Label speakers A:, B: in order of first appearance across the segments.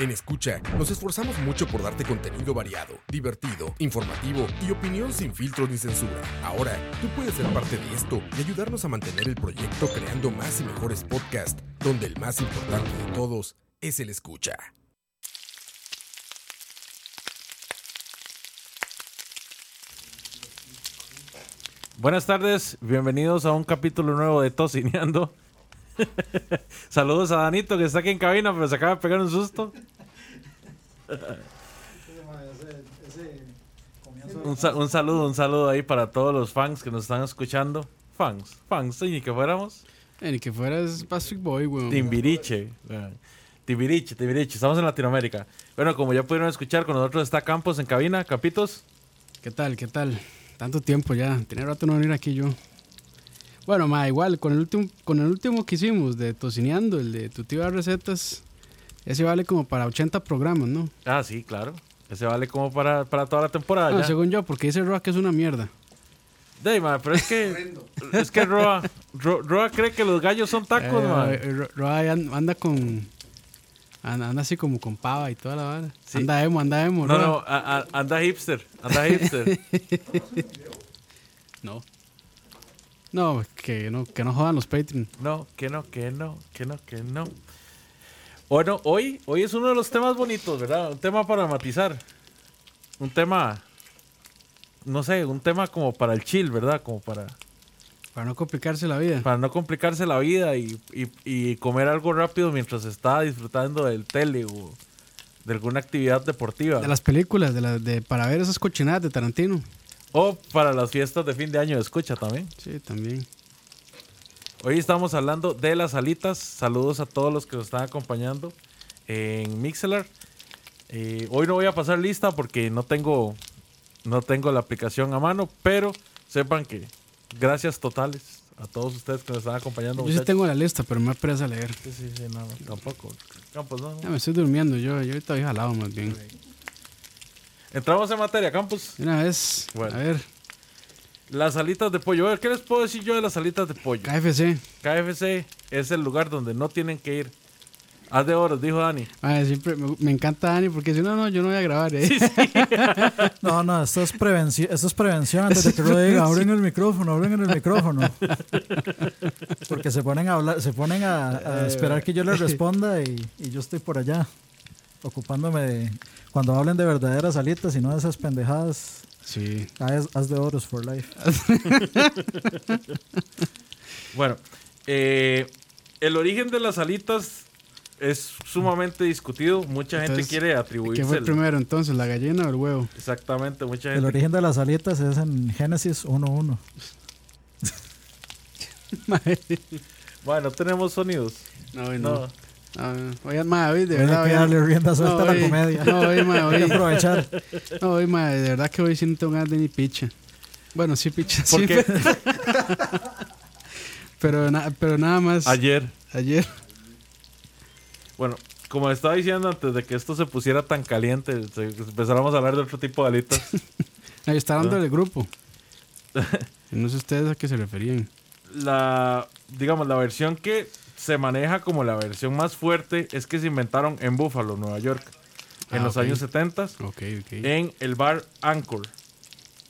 A: En Escucha nos esforzamos mucho por darte contenido variado, divertido, informativo y opinión sin filtros ni censura. Ahora, tú puedes ser parte de esto y ayudarnos a mantener el proyecto creando más y mejores podcasts, donde el más importante de todos es el Escucha.
B: Buenas tardes, bienvenidos a un capítulo nuevo de Tocineando. Saludos a Danito que está aquí en cabina, pero se acaba de pegar un susto. Un, sa- un saludo, un saludo ahí para todos los fans que nos están escuchando. Fans, fans, sí, ni que fuéramos.
C: Ni que fueras Patrick Boy, weón.
B: Timbiriche. weón. Timbiriche, Timbiriche, estamos en Latinoamérica. Bueno, como ya pudieron escuchar, con nosotros está Campos en cabina. Capitos,
C: ¿Qué tal? ¿Qué tal? Tanto tiempo ya. Tenía rato no venir aquí yo. Bueno, ma, igual, con el último, con el último que hicimos de Tocineando, el de tu tío da recetas, ese vale como para 80 programas, ¿no?
B: Ah, sí, claro. Ese vale como para, para toda la temporada.
C: Bueno,
B: Ah, ya.
C: según yo, porque ese rock es una mierda.
B: Dey, ma, pero es que. es que Roa, Ro- Roa cree que los gallos son tacos,
C: Eh,
B: ma.
C: eh, Ro- Roa ya an- anda con. an- Anda así como con pava y toda la vara.
B: Sí.
C: Anda emo, anda emo.
B: No,
C: Roa.
B: no, a- a- anda hipster. Anda hipster.
C: No. No, que no, que no jodan los Patreon.
B: No, que no, que no, que no, que no. Bueno, hoy, hoy es uno de los temas bonitos, ¿verdad? Un tema para matizar. Un tema. No sé, un tema como para el chill, ¿verdad? Como para,
C: Para no complicarse la vida.
B: para no complicarse la vida y, y- y comer algo rápido mientras está disfrutando del tele o de alguna actividad deportiva.
C: De las películas, de la, de, para ver esas cochinadas de Tarantino.
B: O para las fiestas de fin de año, escucha también.
C: Sí, también.
B: Hoy estamos hablando de las alitas. Saludos a todos los que nos están acompañando en Mixelar. Eh, hoy no voy a pasar lista porque no tengo, no tengo la aplicación a mano, pero sepan que gracias totales a todos ustedes que nos están acompañando.
C: Yo sí
B: muchachos.
C: tengo la lista, pero me apresa a leer.
B: Sí, sí, sí, no, no, tampoco. Campos, no, no.
C: Ya me estoy durmiendo yo, yo ahorita voy jalado más bien.
B: Entramos en materia, Campos.
C: De Una vez,
B: Bueno.
C: a ver,
B: Las alitas de pollo. A ver, ¿qué les puedo decir yo de las alitas de pollo?
C: KFC.
B: KFC es el lugar donde no tienen que ir. Haz de oro, dijo Dani.
C: Madre, siempre me, me encanta Dani porque si no, no, yo no voy a grabar. ¿eh?
D: No, no, esto es, prevenci- esto es prevención antes de que lo diga. Abren el micrófono, abren el micrófono. Porque se ponen a hablar, se ponen a, a
C: Eh,
D: esperar que yo les responda y, y yo estoy por allá ocupándome de cuando hablen de verdaderas alitas y no de esas pendejadas.
C: Sí.
D: Haz, haz de oros for life.
C: Eh.
B: Bueno, eh, el origen de las alitas es sumamente discutido. Mucha
C: Entonces,
B: gente quiere
C: ¿Qué
B: atribuirse.
C: fue el
B: el-
C: primero entonces, la gallina o el huevo?
B: Exactamente, mucha
D: El
B: gente.
D: origen de las alitas es en Génesis 1.1.
C: Madre,
B: Bueno, tenemos sonidos.
C: no, hoy no.
B: No.
C: no. no. Oye, madre, hoy de
D: Hay que
C: verdad. hoy-
D: darle rienda
C: no,
D: suelta a la
C: hoy-
D: comedia.
C: No, hoy, madre,
D: Hay
C: hoy-
D: que aprovechar.
C: no, hoy, madre, de verdad que hoy sí no tengo ganas de ni picha. Bueno, sí picha, sí,
B: Porque
C: pero, na- pero nada más
B: ayer,
C: ayer.
B: bueno, como estaba diciendo antes de que esto se pusiera tan caliente, se- empezáramos a hablar de otro tipo de alitas.
C: Ahí está hablando
B: Ah.
C: del grupo. No sé ustedes a qué se referían.
B: la, digamos, la versión que se maneja como la versión más fuerte es que se inventaron en Buffalo, Nueva York, en
C: Ah,
B: los
C: ok.
B: años 70
C: Ok, ok.
B: en el bar Anchor.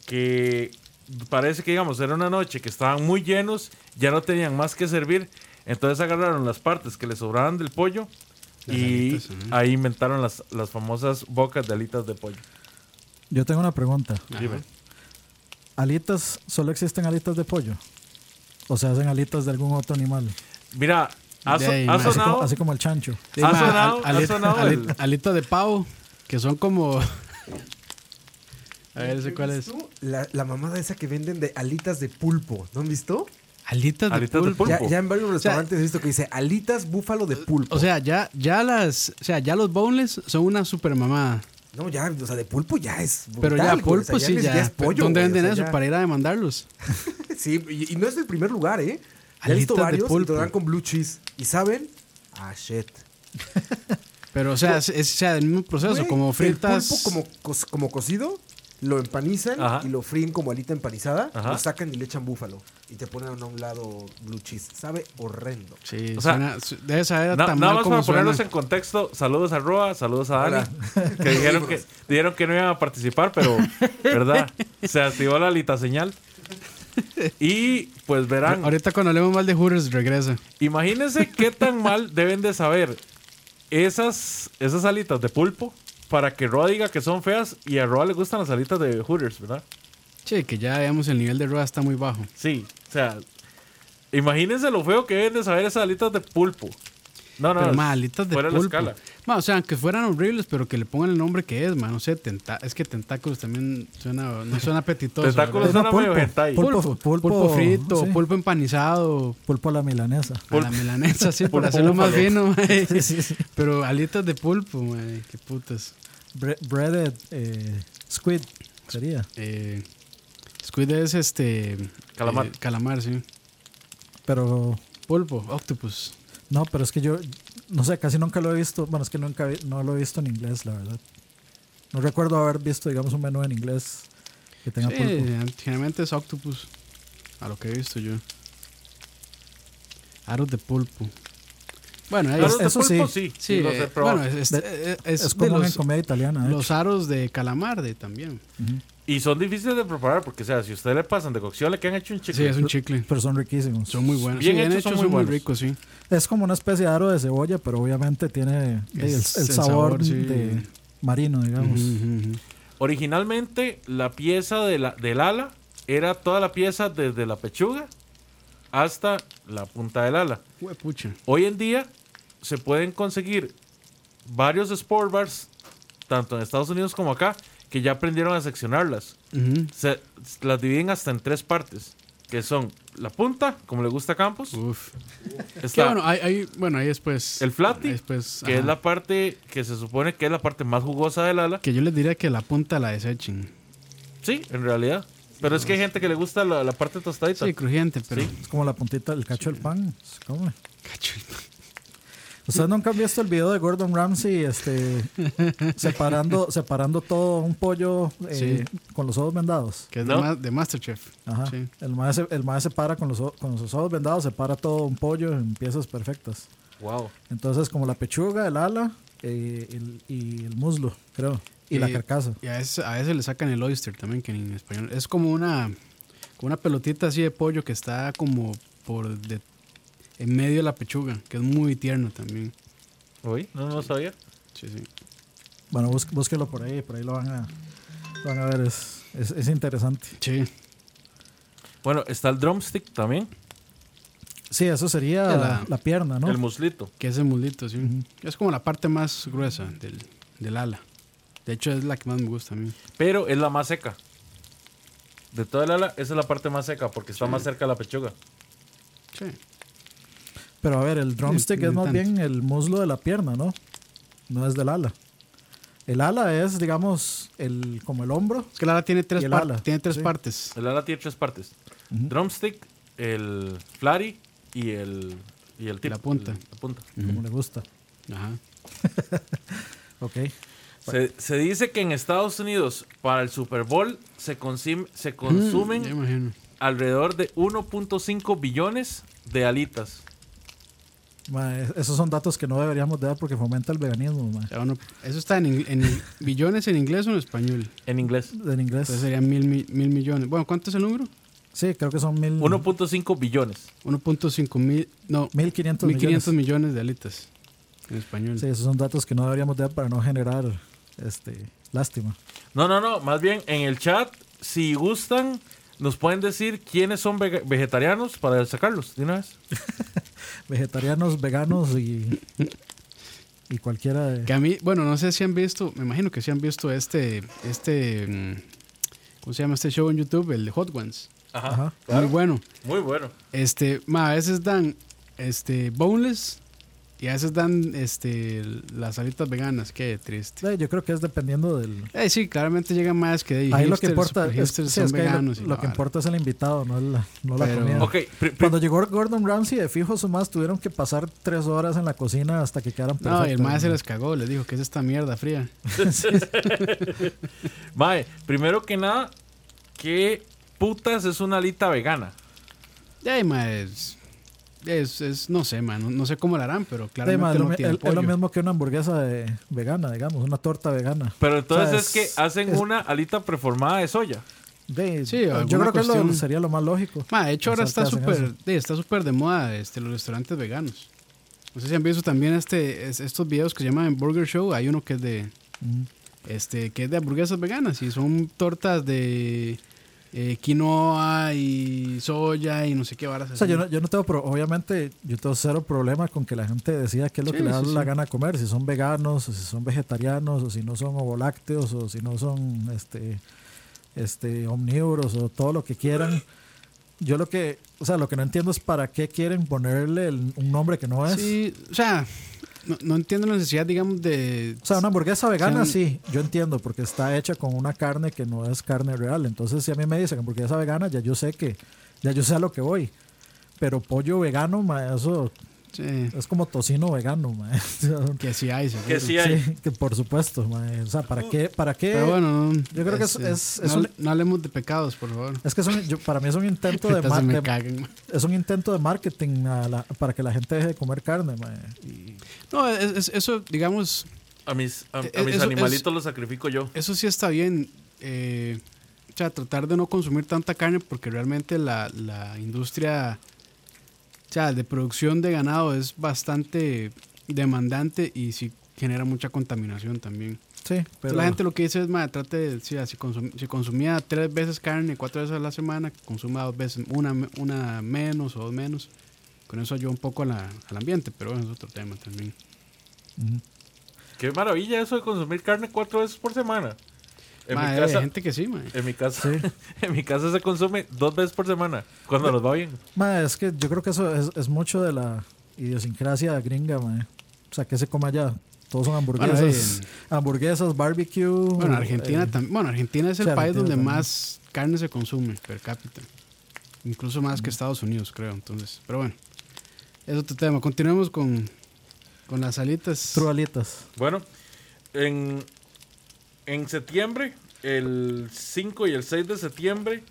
B: Que parece que, digamos, era una noche que estaban muy llenos, ya no tenían más que servir. Entonces agarraron las partes que les sobraban del pollo
C: Las
B: y
C: alitas, ajá.
B: ahí inventaron las, las famosas bocas de alitas de pollo.
D: Yo tengo una pregunta.
B: Dime.
D: ¿Alitas, solo existen alitas de pollo? ¿O se hacen alitas de algún otro animal?
B: Mira, ha,
C: De
B: so-
C: ahí,
B: ha
C: man.
D: Así como-
B: sonado.
D: así como el chancho.
C: Sí,
B: ha
C: ma,
B: sonado-
C: al-
B: ha
C: ali-
B: sonado
C: ali-
B: el-
C: alitas de pavo, que son como... a ver, ese cuál es.
E: La, la mamada esa que venden de alitas de pulpo, ¿no han visto?
C: Alitas de
B: Alitas de
C: pulpo.
B: pulpo.
E: Ya, ya en varios
C: sea,
E: restaurantes he visto que dice alitas búfalo de pulpo.
C: O sea, ya, ya las, o sea, ya los boneless son una super mamada.
E: No, ya, o sea, de pulpo ya es.
C: Pero ya,
E: brutal, güey, o sea,
C: pulpo sí,
E: ni
C: ya.
E: siquiera es pollo,
C: ¿Dónde
E: güey, o
C: venden
E: sea,
C: eso?
E: ya-
C: Para ir a demandarlos.
E: Sí, y, y no es el primer lugar, ¿eh? Ya he visto
C: Alitas de
E: varios y te
C: pulpo.
E: lo dan con blue cheese. ¿Y saben? Ah, shit.
C: Pero, o sea, es, es- o sea, el mismo proceso,
E: Güey,
C: como fritas.
E: El pulpo como, cos- como cocido, lo empanizan
B: Ajá.
E: y lo fríen como alita empanizada,
B: Ajá.
E: lo sacan y le echan búfalo. Y te ponen a un lado blue cheese. Sabe horrendo.
C: Sí,
B: O sea,
C: suena- su- debe saber a
B: Na-
C: tan
B: nada
C: mal
B: más
C: como
B: para ponerlos
C: suena.
B: en contexto, saludos a Roa, saludos a Dani, que dijeron que, dijeron que no iban a participar, pero, ¿verdad? Se activó la lita señal. Y pues verán,
C: Ahorita cuando hablemos mal de Hooters, regresa.
B: imagínense qué tan mal deben de saber esas, esas alitas de pulpo para que Roa diga que son feas y a Roa le gustan las alitas de Hooters, ¿verdad?
C: Che, que ya, digamos, el nivel de rueda está muy bajo.
B: Sí, o sea, imagínense lo feo que deben de saber esas alitas de pulpo. No, no,
C: pero,
B: es
C: ma, alitas de
B: fuera de la
C: pulpo.
B: escala.
C: Ma, o sea, que fueran horribles, pero que le pongan el nombre que es, ma. No sé, tenta- es que tentáculos también suena, no suena apetitoso.
B: Tentáculos
C: ¿verdad?
B: suena medio hentai.
C: Pulpo, pulpo,
D: Pulpo, pulpo,
C: frito,
D: sí.
C: pulpo empanizado,
D: Pulpo a la milanesa.
C: a la milanesa, sí,
B: Pulpo
C: para hacerlo más
B: búfalo.
C: fino, mae.
D: Sí, sí, sí.
C: Pero alitas de pulpo, mae, qué putas.
D: Bre- breaded eh, squid sería.
C: Eh, squid es este...
B: Calamar.
C: eh, calamar, sí.
D: Pero
C: Pulpo, octopus.
D: no, pero es que yo no sé, casi nunca lo he visto. Bueno, es que nunca vi- no lo he visto en inglés, la verdad. No recuerdo haber visto, digamos, un menú en inglés que tenga
C: Sí,
D: pulpo.
C: generalmente es octopus, a lo que he visto yo. Aros de pulpo. Bueno, ahí
B: Pero
D: Es-
B: los de
D: eso sí.
B: pulpo sí,
C: Sí,
B: los he
C: eh,
B: probado.
C: bueno, es, es- eh, es
D: Es,
C: de
D: como en
C: los,
D: comedia italiana. de
C: los aros de calamar de, también.
B: Y son difíciles de preparar porque, o sea, si ustedes le pasan de cocción, le quedan hecho un chicle.
C: Sí, es un chicle.
D: hecho, pero son riquísimos.
C: Son muy buenos.
B: Bien
C: sí, bien
B: hechos,
C: hechos,
B: son
C: son,
B: muy
C: muy
B: buenos.
C: ricos, sí.
D: Es como una especie de aro de cebolla, pero obviamente tiene el, el
C: Es el
D: sabor,
C: sabor, sí.
D: de marino, digamos.
C: Ujú, ujú.
B: Originalmente, la pieza de la, del ala era toda la pieza desde la pechuga hasta la punta del ala.
C: Huepucha.
B: Hoy en día se pueden conseguir varios sport bars, tanto en Estados Unidos como acá, que ya aprendieron a seccionarlas.
C: Ujú.
B: Se, las dividen hasta en tres partes, que son la punta, como le gusta a Campos,
C: Uf. Que
B: está
C: bueno, ahí, ahí- bueno, ahí pues, después.
B: El flatty,
C: después,
B: que
C: pues, ajá.
B: es la parte que se supone que es la parte más jugosa del ala.
C: Que yo les diría que la punta la desechen.
B: Sí, en realidad. Pero es que hay gente que le gusta la, la parte tostadita.
C: Sí, crujiente, pero.
B: Sí.
D: Es como la puntita del cacho del pan. se come.
C: Cacho.
D: ¿Ustedes nunca han visto el video de Gordon Ramsay este, separando, separando todo un pollo eh, con los ojos vendados?
C: Que es
B: ¿No?
C: de, ma- de Masterchef.
D: Ajá.
C: Sí.
D: El maestro el mae separa con los, o- con los ojos vendados, separa todo un pollo en piezas perfectas.
B: Wow.
D: Entonces, como la pechuga, el ala eh, el- y el muslo, creo. Y la
C: Eh,
D: carcasa.
C: Y a veces, a veces le sacan el oyster también, que en español. Es como una, como una pelotita así de pollo que está como por de- en medio de la pechuga, que es muy tierno también.
B: Uy, no, no sabía.
C: Sí, sí.
D: Bueno, bus- búsquelo por ahí, por ahí lo van a, lo van a ver. Es, es, es interesante.
C: Sí.
B: Bueno, está el drumstick también,
D: Sí, eso sería
C: Ya
D: la,
C: la-
D: la pierna, ¿no?
B: el muslito.
C: Que es el mulito, sí. Es como la parte más gruesa del, del ala. De hecho, es la que más me gusta a mí.
B: Pero es la más seca. De toda el ala, esa es la parte más seca porque está más cerca de la pechuga.
C: Sí.
D: Pero a ver, el drumstick
C: Sí,
D: es más
C: tanto.
D: bien el muslo de la pierna, ¿no? No es del ala. El ala es, digamos, el como el hombro.
C: Es que el ala tiene tres,
D: Y el
C: par-
D: ala,
C: tiene tres
D: sí.
C: partes.
B: El ala tiene tres partes. Drumstick, el flatty y el, y el tip.
C: La punta.
B: el- la punta.
D: como le gusta.
C: Ajá.
D: Ok.
B: Se, se dice que en Estados Unidos, para el Super Bowl, se, consim- se consumen
C: Mm, Ya imagino.
B: alrededor de 1.5 billones de alitas.
D: Ma, es- esos son datos que no deberíamos de dar porque fomenta el veganismo, ma.
C: O sea, uno- eso está en, ing- en billones en inglés o en español.
B: En inglés.
D: En inglés.
C: Entonces serían mil, mi- mil millones. Bueno, ¿cuánto es el número?
D: Sí, creo que son mil,
B: 1.5 billones.
C: 1.5 mil, no,
D: 1.500 millones.
C: 1.500 millones de alitas en español.
D: Sí, esos son datos que no deberíamos de dar para no generar este, lástima.
B: No, no, no. Más bien en el chat, si gustan, nos pueden decir quiénes son vege- vegetarianos para sacarlos de una vez.
D: Vegetarianos, veganos y, y cualquiera de...
C: Que a mí, bueno, no sé si han visto, me imagino que si han visto este, este, mm, ¿cómo se llama este show en YouTube? El de Hot Ones.
B: Ajá.
D: Ajá.
C: Muy bueno.
B: Muy bueno.
C: Este, ma, a veces dan, este, boneless Y a veces dan este, las alitas veganas, qué triste.
D: Sí, Yo creo que es dependiendo del.
C: Eh, sí, claramente llegan más que de
D: Ahí lo que importa
C: super
D: es,
C: hipsters
D: sí,
C: son
D: es que ahí lo-
C: veganos y
D: lo,
C: la
D: que
C: vara.
D: importa es el invitado, no la, no la
C: Pero-
D: comida.
B: Ok, pri- pri-
D: Cuando llegó Gordon Ramsay de fijo, su más tuvieron que pasar tres horas en la cocina hasta que quedaron
C: No, y el más se
D: perfectas.
C: las cagó, les dijo que es esta mierda fría.
B: mae, primero que nada, ¿qué putas es una alita vegana?
C: Ya, mae, es, es, es- no sé, man, no, no sé cómo la harán, pero
D: Sí,
C: claramente
D: ma, es lo
C: no
D: mi-
C: tiene
D: es- es lo
C: pollo.
D: mismo que una hamburguesa de- vegana, digamos, una torta vegana.
B: Pero entonces
D: O sea,
B: es,
D: es-
B: que hacen
D: es-
B: una alita preformada de soya.
D: De-
C: Sí,
D: yo
C: alguna
D: creo que es lo-
C: cuestión-
D: sería lo más lógico.
C: Ma, de hecho ahora
D: Pensar
C: está
D: que hacen
C: súper
D: eso.
C: de- está súper de moda este, los restaurantes veganos. No sé si han visto también este, es- estos videos que se llaman Burger Show. Hay uno que es de
D: Mm.
C: este que es de hamburguesas veganas y son tortas de eh, quinoa y soya y no sé qué varas.
D: O sea,
C: así.
D: yo no, yo no tengo, pro- obviamente, yo tengo cero problema con que la gente decida qué es lo
C: Sí,
D: que le da
C: sí,
D: la
C: sí.
D: gana comer, si son veganos, o si son vegetarianos, o si no son ovolácteos, o si no son este, este, omnívoros, o todo lo que quieran. Yo lo que, o sea, lo que no entiendo es para qué quieren ponerle el- un nombre que no es.
C: Sí, o sea, no, no entiendo la necesidad, digamos, de...
D: O sea, una hamburguesa vegana
C: Sean-
D: sí, yo entiendo, porque está hecha con una carne que no es carne real. Entonces, si a mí me dicen hamburguesa vegana, ya yo sé que, ya yo sé a lo que voy. Pero pollo vegano, ma, eso
C: Sí,
D: es como tocino vegano, ma. O sea,
C: eh, que sí hay, seguro.
B: Que sí hay.
D: sí, que por supuesto, ma. O sea, ¿para qué? ¿Para qué?
C: Pero bueno, no,
D: Eh, Yo creo que es-
C: este,
D: es- es
C: no,
D: un-
C: no hablemos de pecados, por favor.
D: Es que es un- yo- para mí es un intento de,
C: Ahorita se
D: mar-
C: me
D: de-
C: cagan, ma.
D: es un intento de marketing a la- para que la gente deje de comer carne, ma. Y-
C: No, es- es- eso, digamos,
B: A mis, a, a mis
D: E-,
C: Eh, eso es-
B: animalitos los sacrifico yo.
C: eso sí está bien. eh, o sea, tratar de no consumir tanta carne porque realmente la, la industria o sea, de producción de ganado es bastante demandante y sí genera mucha contaminación también.
D: sí, pero
C: Entonces, la gente lo que dice es, "Mae, trate de, sí, si, consum- si consumía tres veces carne, cuatro veces a la semana, que consuma dos veces, una, me- una menos o dos menos. Con eso ayuda un poco a la- al ambiente, pero bueno, es otro tema también.
D: Ujú.
B: Qué maravilla eso de consumir carne cuatro veces por semana. En
C: Mae,
B: mi
C: hay
B: casa,
C: gente que sí, mae.
B: en mi casa, en mi casa se consume dos veces por semana cuando nos va bien.
D: Ma, es que yo creo que eso es, es mucho de la idiosincrasia gringa, ma. O sea, que se come allá? Todos son hamburguesas,
C: en-
D: hamburguesas, barbecue.
C: Bueno, Argentina
D: eh,
C: también. Bueno, Argentina es el
D: sí,
C: país
D: Argentina
C: donde
D: también.
C: más carne se consume per cápita. Incluso más
D: Mm.
C: que Estados Unidos, creo. Entonces, pero bueno, es otro tema. Continuemos con, con las alitas.
D: Trualitas.
B: Bueno, en, en septiembre, el 5 y el 6 de septiembre,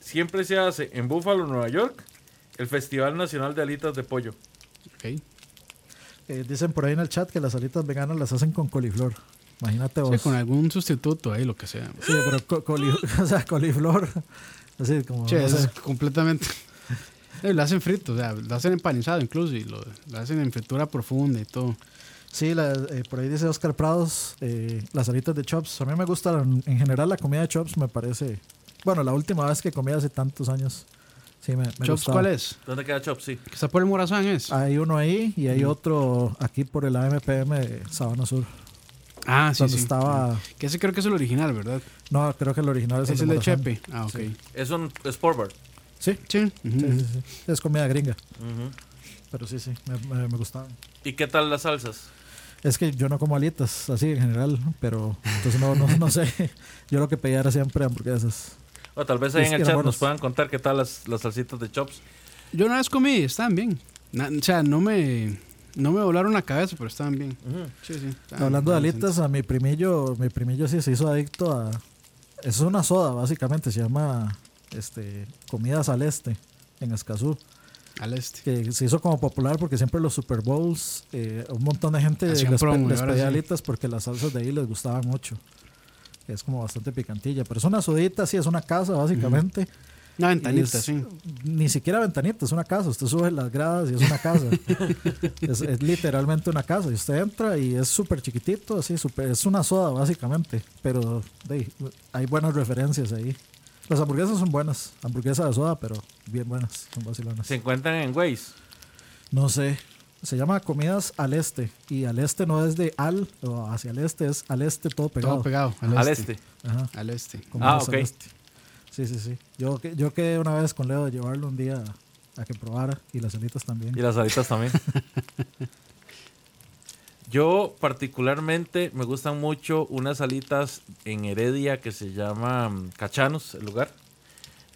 B: siempre se hace en Buffalo, Nueva York, el Festival Nacional de Alitas de Pollo.
C: Ok.
D: Eh, dicen por ahí en el chat que las alitas veganas las hacen con coliflor. Imagínate
C: Sí,
D: vos.
C: con algún sustituto ahí, lo que sea. pues.
D: Sí, pero co- coli- o sea, coliflor. Así como.
C: Che,
D: no
C: eso
D: sé.
C: es completamente. Eh, Lo hacen frito, o sea, lo hacen empanizado incluso y lo, lo hacen en fritura profunda y todo.
D: Sí, la- eh, por ahí dice Oscar Prados, eh, las alitas de Chops. A mí me gustan, en general, la comida de Chops me parece. Bueno, la última vez que comí hace tantos años. Sí, me, me
C: ¿Chops
D: gustaba. Ah,
C: cuál es?
B: ¿Dónde queda Chop? Sí.
C: Que está por el Morazán, es.
D: Hay uno ahí y hay otro aquí por el AMPM de Sabana Sur.
C: Ah, sí,
D: donde
C: sí.
D: estaba.
C: Que ese creo que es el original, ¿verdad?
D: No, creo que el original es
C: Ese
D: el,
C: es el de
D: Morazán.
C: Chepe. Ah, ok. Sí.
B: Es un Sport Bar.
C: ujú.
D: Sí, sí, sí. Es comida gringa.
B: Ujú.
D: Pero sí, sí, me, me, me gustaban.
B: ¿Y qué tal las salsas?
D: Es que yo no como alitas así en general, pero entonces no, no, no sé. Yo lo que pedía era siempre hamburguesas.
B: O tal vez ahí
D: Es
B: en
D: que
B: el
D: eran
B: chat
D: buenos.
B: nos puedan contar qué tal las, las salsitas de Chops.
C: Yo una vez comí, estaban bien. Na- o sea, no me, no me volaron la cabeza, pero estaban bien.
B: Ujú.
C: Sí, sí. estaban-
D: Hablando de
C: estaban
D: alitas, a mi primillo, mi primillo sí se hizo adicto a. Es una soda, básicamente, se llama este, Comidas al Este, en Escazú.
C: decentes. Al este.
D: que se hizo como popular porque siempre los Super Bowls, eh, un montón de gente les,
C: Hacían
D: pe-
C: promo, y
D: les
C: ahora
D: pedía
C: sí.
D: alitas porque las salsas de ahí les gustaban mucho. Es como bastante picantilla, pero es una sodita, sí, es una casa básicamente.
C: Una
D: Y
C: ventanita,
D: es-
C: sí.
D: Ni siquiera ventanita, es una casa. Usted sube las gradas y es una casa. es, es literalmente una casa. Y usted entra y es súper chiquitito, así, súper- es una soda básicamente. Pero de, hay buenas referencias ahí. Las hamburguesas son buenas, hamburguesas de soda, pero bien buenas, son vacilonas.
B: Se encuentran en Waze.
D: No sé. Se llama Comidas al Este. Y al Este no es de al o hacia el este, es al este todo pegado.
C: Todo pegado. Al,
B: Al
C: este.
B: este.
D: Ajá.
C: Al este.
B: Ah,
D: Comidas al
B: ok.
D: Este. Sí, sí, sí. Yo, que- yo quedé una vez con Leo de llevarlo un día a, que probara y las alitas también.
B: Y las alitas también. Yo particularmente me gustan mucho unas alitas en Heredia que se llaman Cachanos, el lugar.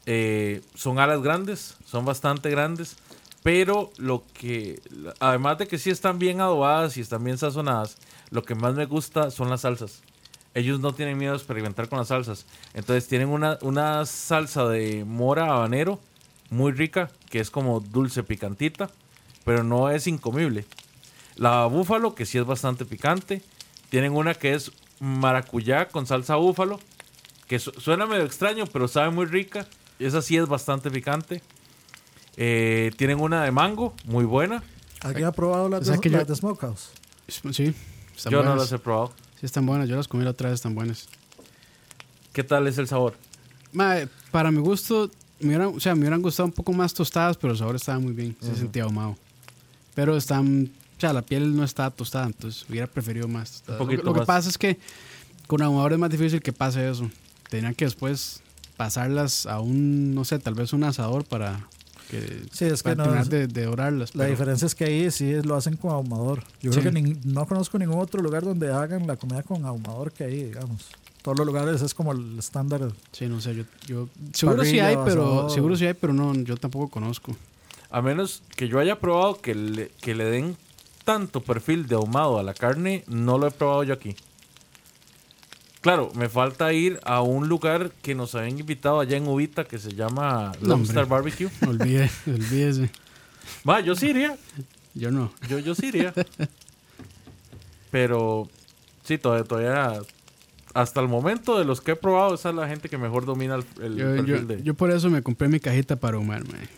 B: Eh, son alas grandes, son bastante grandes, pero lo que, además de que sí están bien adobadas y están bien sazonadas, lo que más me gusta son las salsas. Ellos no tienen miedo a experimentar con las salsas. Entonces tienen una, una salsa de mora habanero muy rica, que es como dulce picantita, pero no es incomible. La búfalo, que sí es bastante picante. Tienen una que es maracuyá con salsa búfalo, que su- suena medio extraño, pero sabe muy rica. Esa sí es bastante picante. Eh, tienen una de mango, muy buena.
D: ¿Alguien ha probado la,
C: O sea
D: de-
C: que yo-
D: la de Smokehouse?
C: Sí, están
B: Yo no
C: buenas.
B: las he probado.
C: Sí, están buenas. Yo las comí la otra vez, están buenas.
B: ¿Qué tal es el sabor?
C: Mae, para mi gusto, me hubieran, o sea, me hubieran gustado un poco más tostadas, pero el sabor estaba muy bien. Se sentía ahumado. Pero están, o sea, la piel no está tostada, entonces hubiera preferido más tostadas. Lo que-
B: poquito
C: lo, que
B: más.
C: pasa es que con ahumador es más difícil que pase eso. Tenían que después pasarlas a un, no sé, tal vez un asador para que
D: Sí, es que
C: para
D: no,
C: terminar
D: es-
C: de, de dorarlas.
D: La
C: pero-
D: diferencia es que ahí sí es- lo hacen con ahumador. Yo
C: Sí.
D: creo que nin- no conozco ningún otro lugar donde hagan la comida con ahumador que ahí, digamos. Todos los lugares es como el estándar.
C: Sí, no sé, yo, yo seguro sí
D: Parrilla,
C: hay, pero
D: asador.
C: seguro sí hay, pero no, yo tampoco conozco.
B: A menos que yo haya probado que le, que le den tanto perfil de ahumado a la carne, no lo he probado yo aquí. Claro, me falta ir a un lugar que nos habían invitado allá en Ubita que se llama
C: No,
B: Lobster Barbecue.
C: Olvide, olvídese.
B: Va, yo sí iría.
C: Yo no.
B: Yo, yo sí iría. Pero sí, todavía, todavía hasta el momento de los que he probado, esa es la gente que mejor domina el, el
C: Yo,
B: perfil
C: yo-
B: de. Ah.
C: yo por eso me compré mi cajita para ahumar, mae.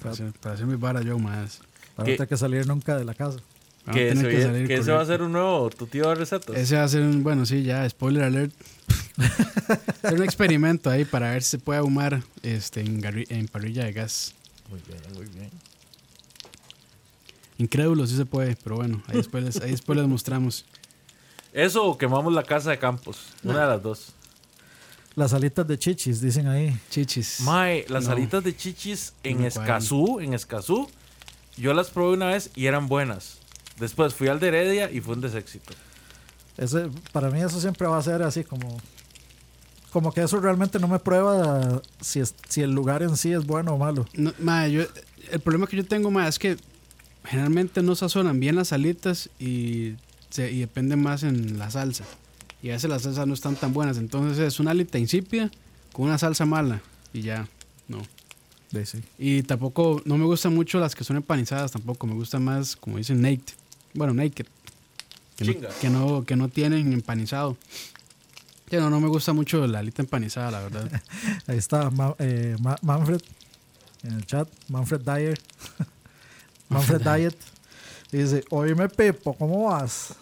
C: Para hacer, para hacer mis varas yo ahumadas.
D: Para
B: ¿Qué?
D: no tener que salir nunca de la casa.
C: Vamos a
B: que
C: tener
B: se viene-
C: salir
B: que ese va a
C: corriendo.
B: ser un nuevo tu tío de recetas.
C: Ese va a ser un, bueno, sí, ya, spoiler alert. Es un experimento ahí para ver si se puede ahumar este, en, garri- en parrilla de gas.
B: Muy bien, muy bien.
C: Incrédulo, sí se puede, pero bueno, ahí después les, ahí después les mostramos.
B: Eso o quemamos la casa de Campos. Una de las dos.
D: Las alitas de chichis, dicen ahí.
C: Chichis.
B: Mae, las
C: No.
B: alitas de chichis en
C: No me cuadran.
B: Escazú, en Escazú, yo las probé una vez y eran buenas. Después fui al de Heredia y fue un deséxito.
D: Ese, para mí eso siempre va a ser así como... Como que eso realmente no me prueba si, es- si el lugar en sí es bueno o malo.
C: No, mae, yo- el problema que yo tengo, mae, es que generalmente no sazonan bien las alitas y, se, y dependen más en la salsa. Y a veces las salsas no están tan buenas. Entonces es una alita insípida con una salsa mala y ya, no.
D: Sí, sí.
C: Y tampoco, no me gustan mucho las que son empanizadas tampoco. Me gustan más, como dicen, naked. Bueno, naked. Que no,
B: Chinga.
C: que no, que no tienen empanizado. Sí, no, no me gusta mucho la alita empanizada, la verdad.
D: Ahí está Ma- eh, Ma- Manfred en el chat. Manfred Dyer. Manfred Diet. Dice, oíme Pepo, ¿cómo vas?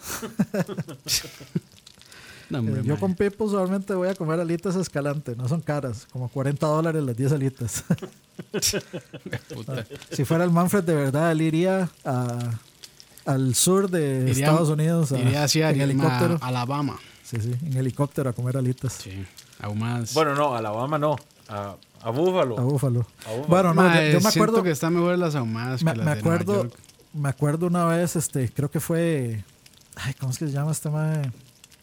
C: No,
D: Eh,
C: hombre,
D: yo
C: mae.
D: con Pepo solamente voy a comer alitas escalante, no son caras, como 40 dólares las 10 alitas.
C: Puta.
D: si fuera el Manfred de verdad, él iría a- al sur de
C: Iría-
D: Estados Unidos a-
C: Iría hacia
D: en helicóptero.
C: Alabama.
D: Sí, sí, en helicóptero a comer alitas
C: Sí, aún más.
B: Bueno, no, Alabama no. A, a Búfalo.
D: a Búfalo.
B: A Búfalo.
D: Bueno, no,
C: Mae,
D: yo, yo me
C: siento
D: acuerdo
C: que están mejor las ahumadas
D: me,
C: que las
D: me
C: de Nueva
D: acuerdo
C: York.
D: me acuerdo una vez este creo que fue ay cómo es que se llama este mae?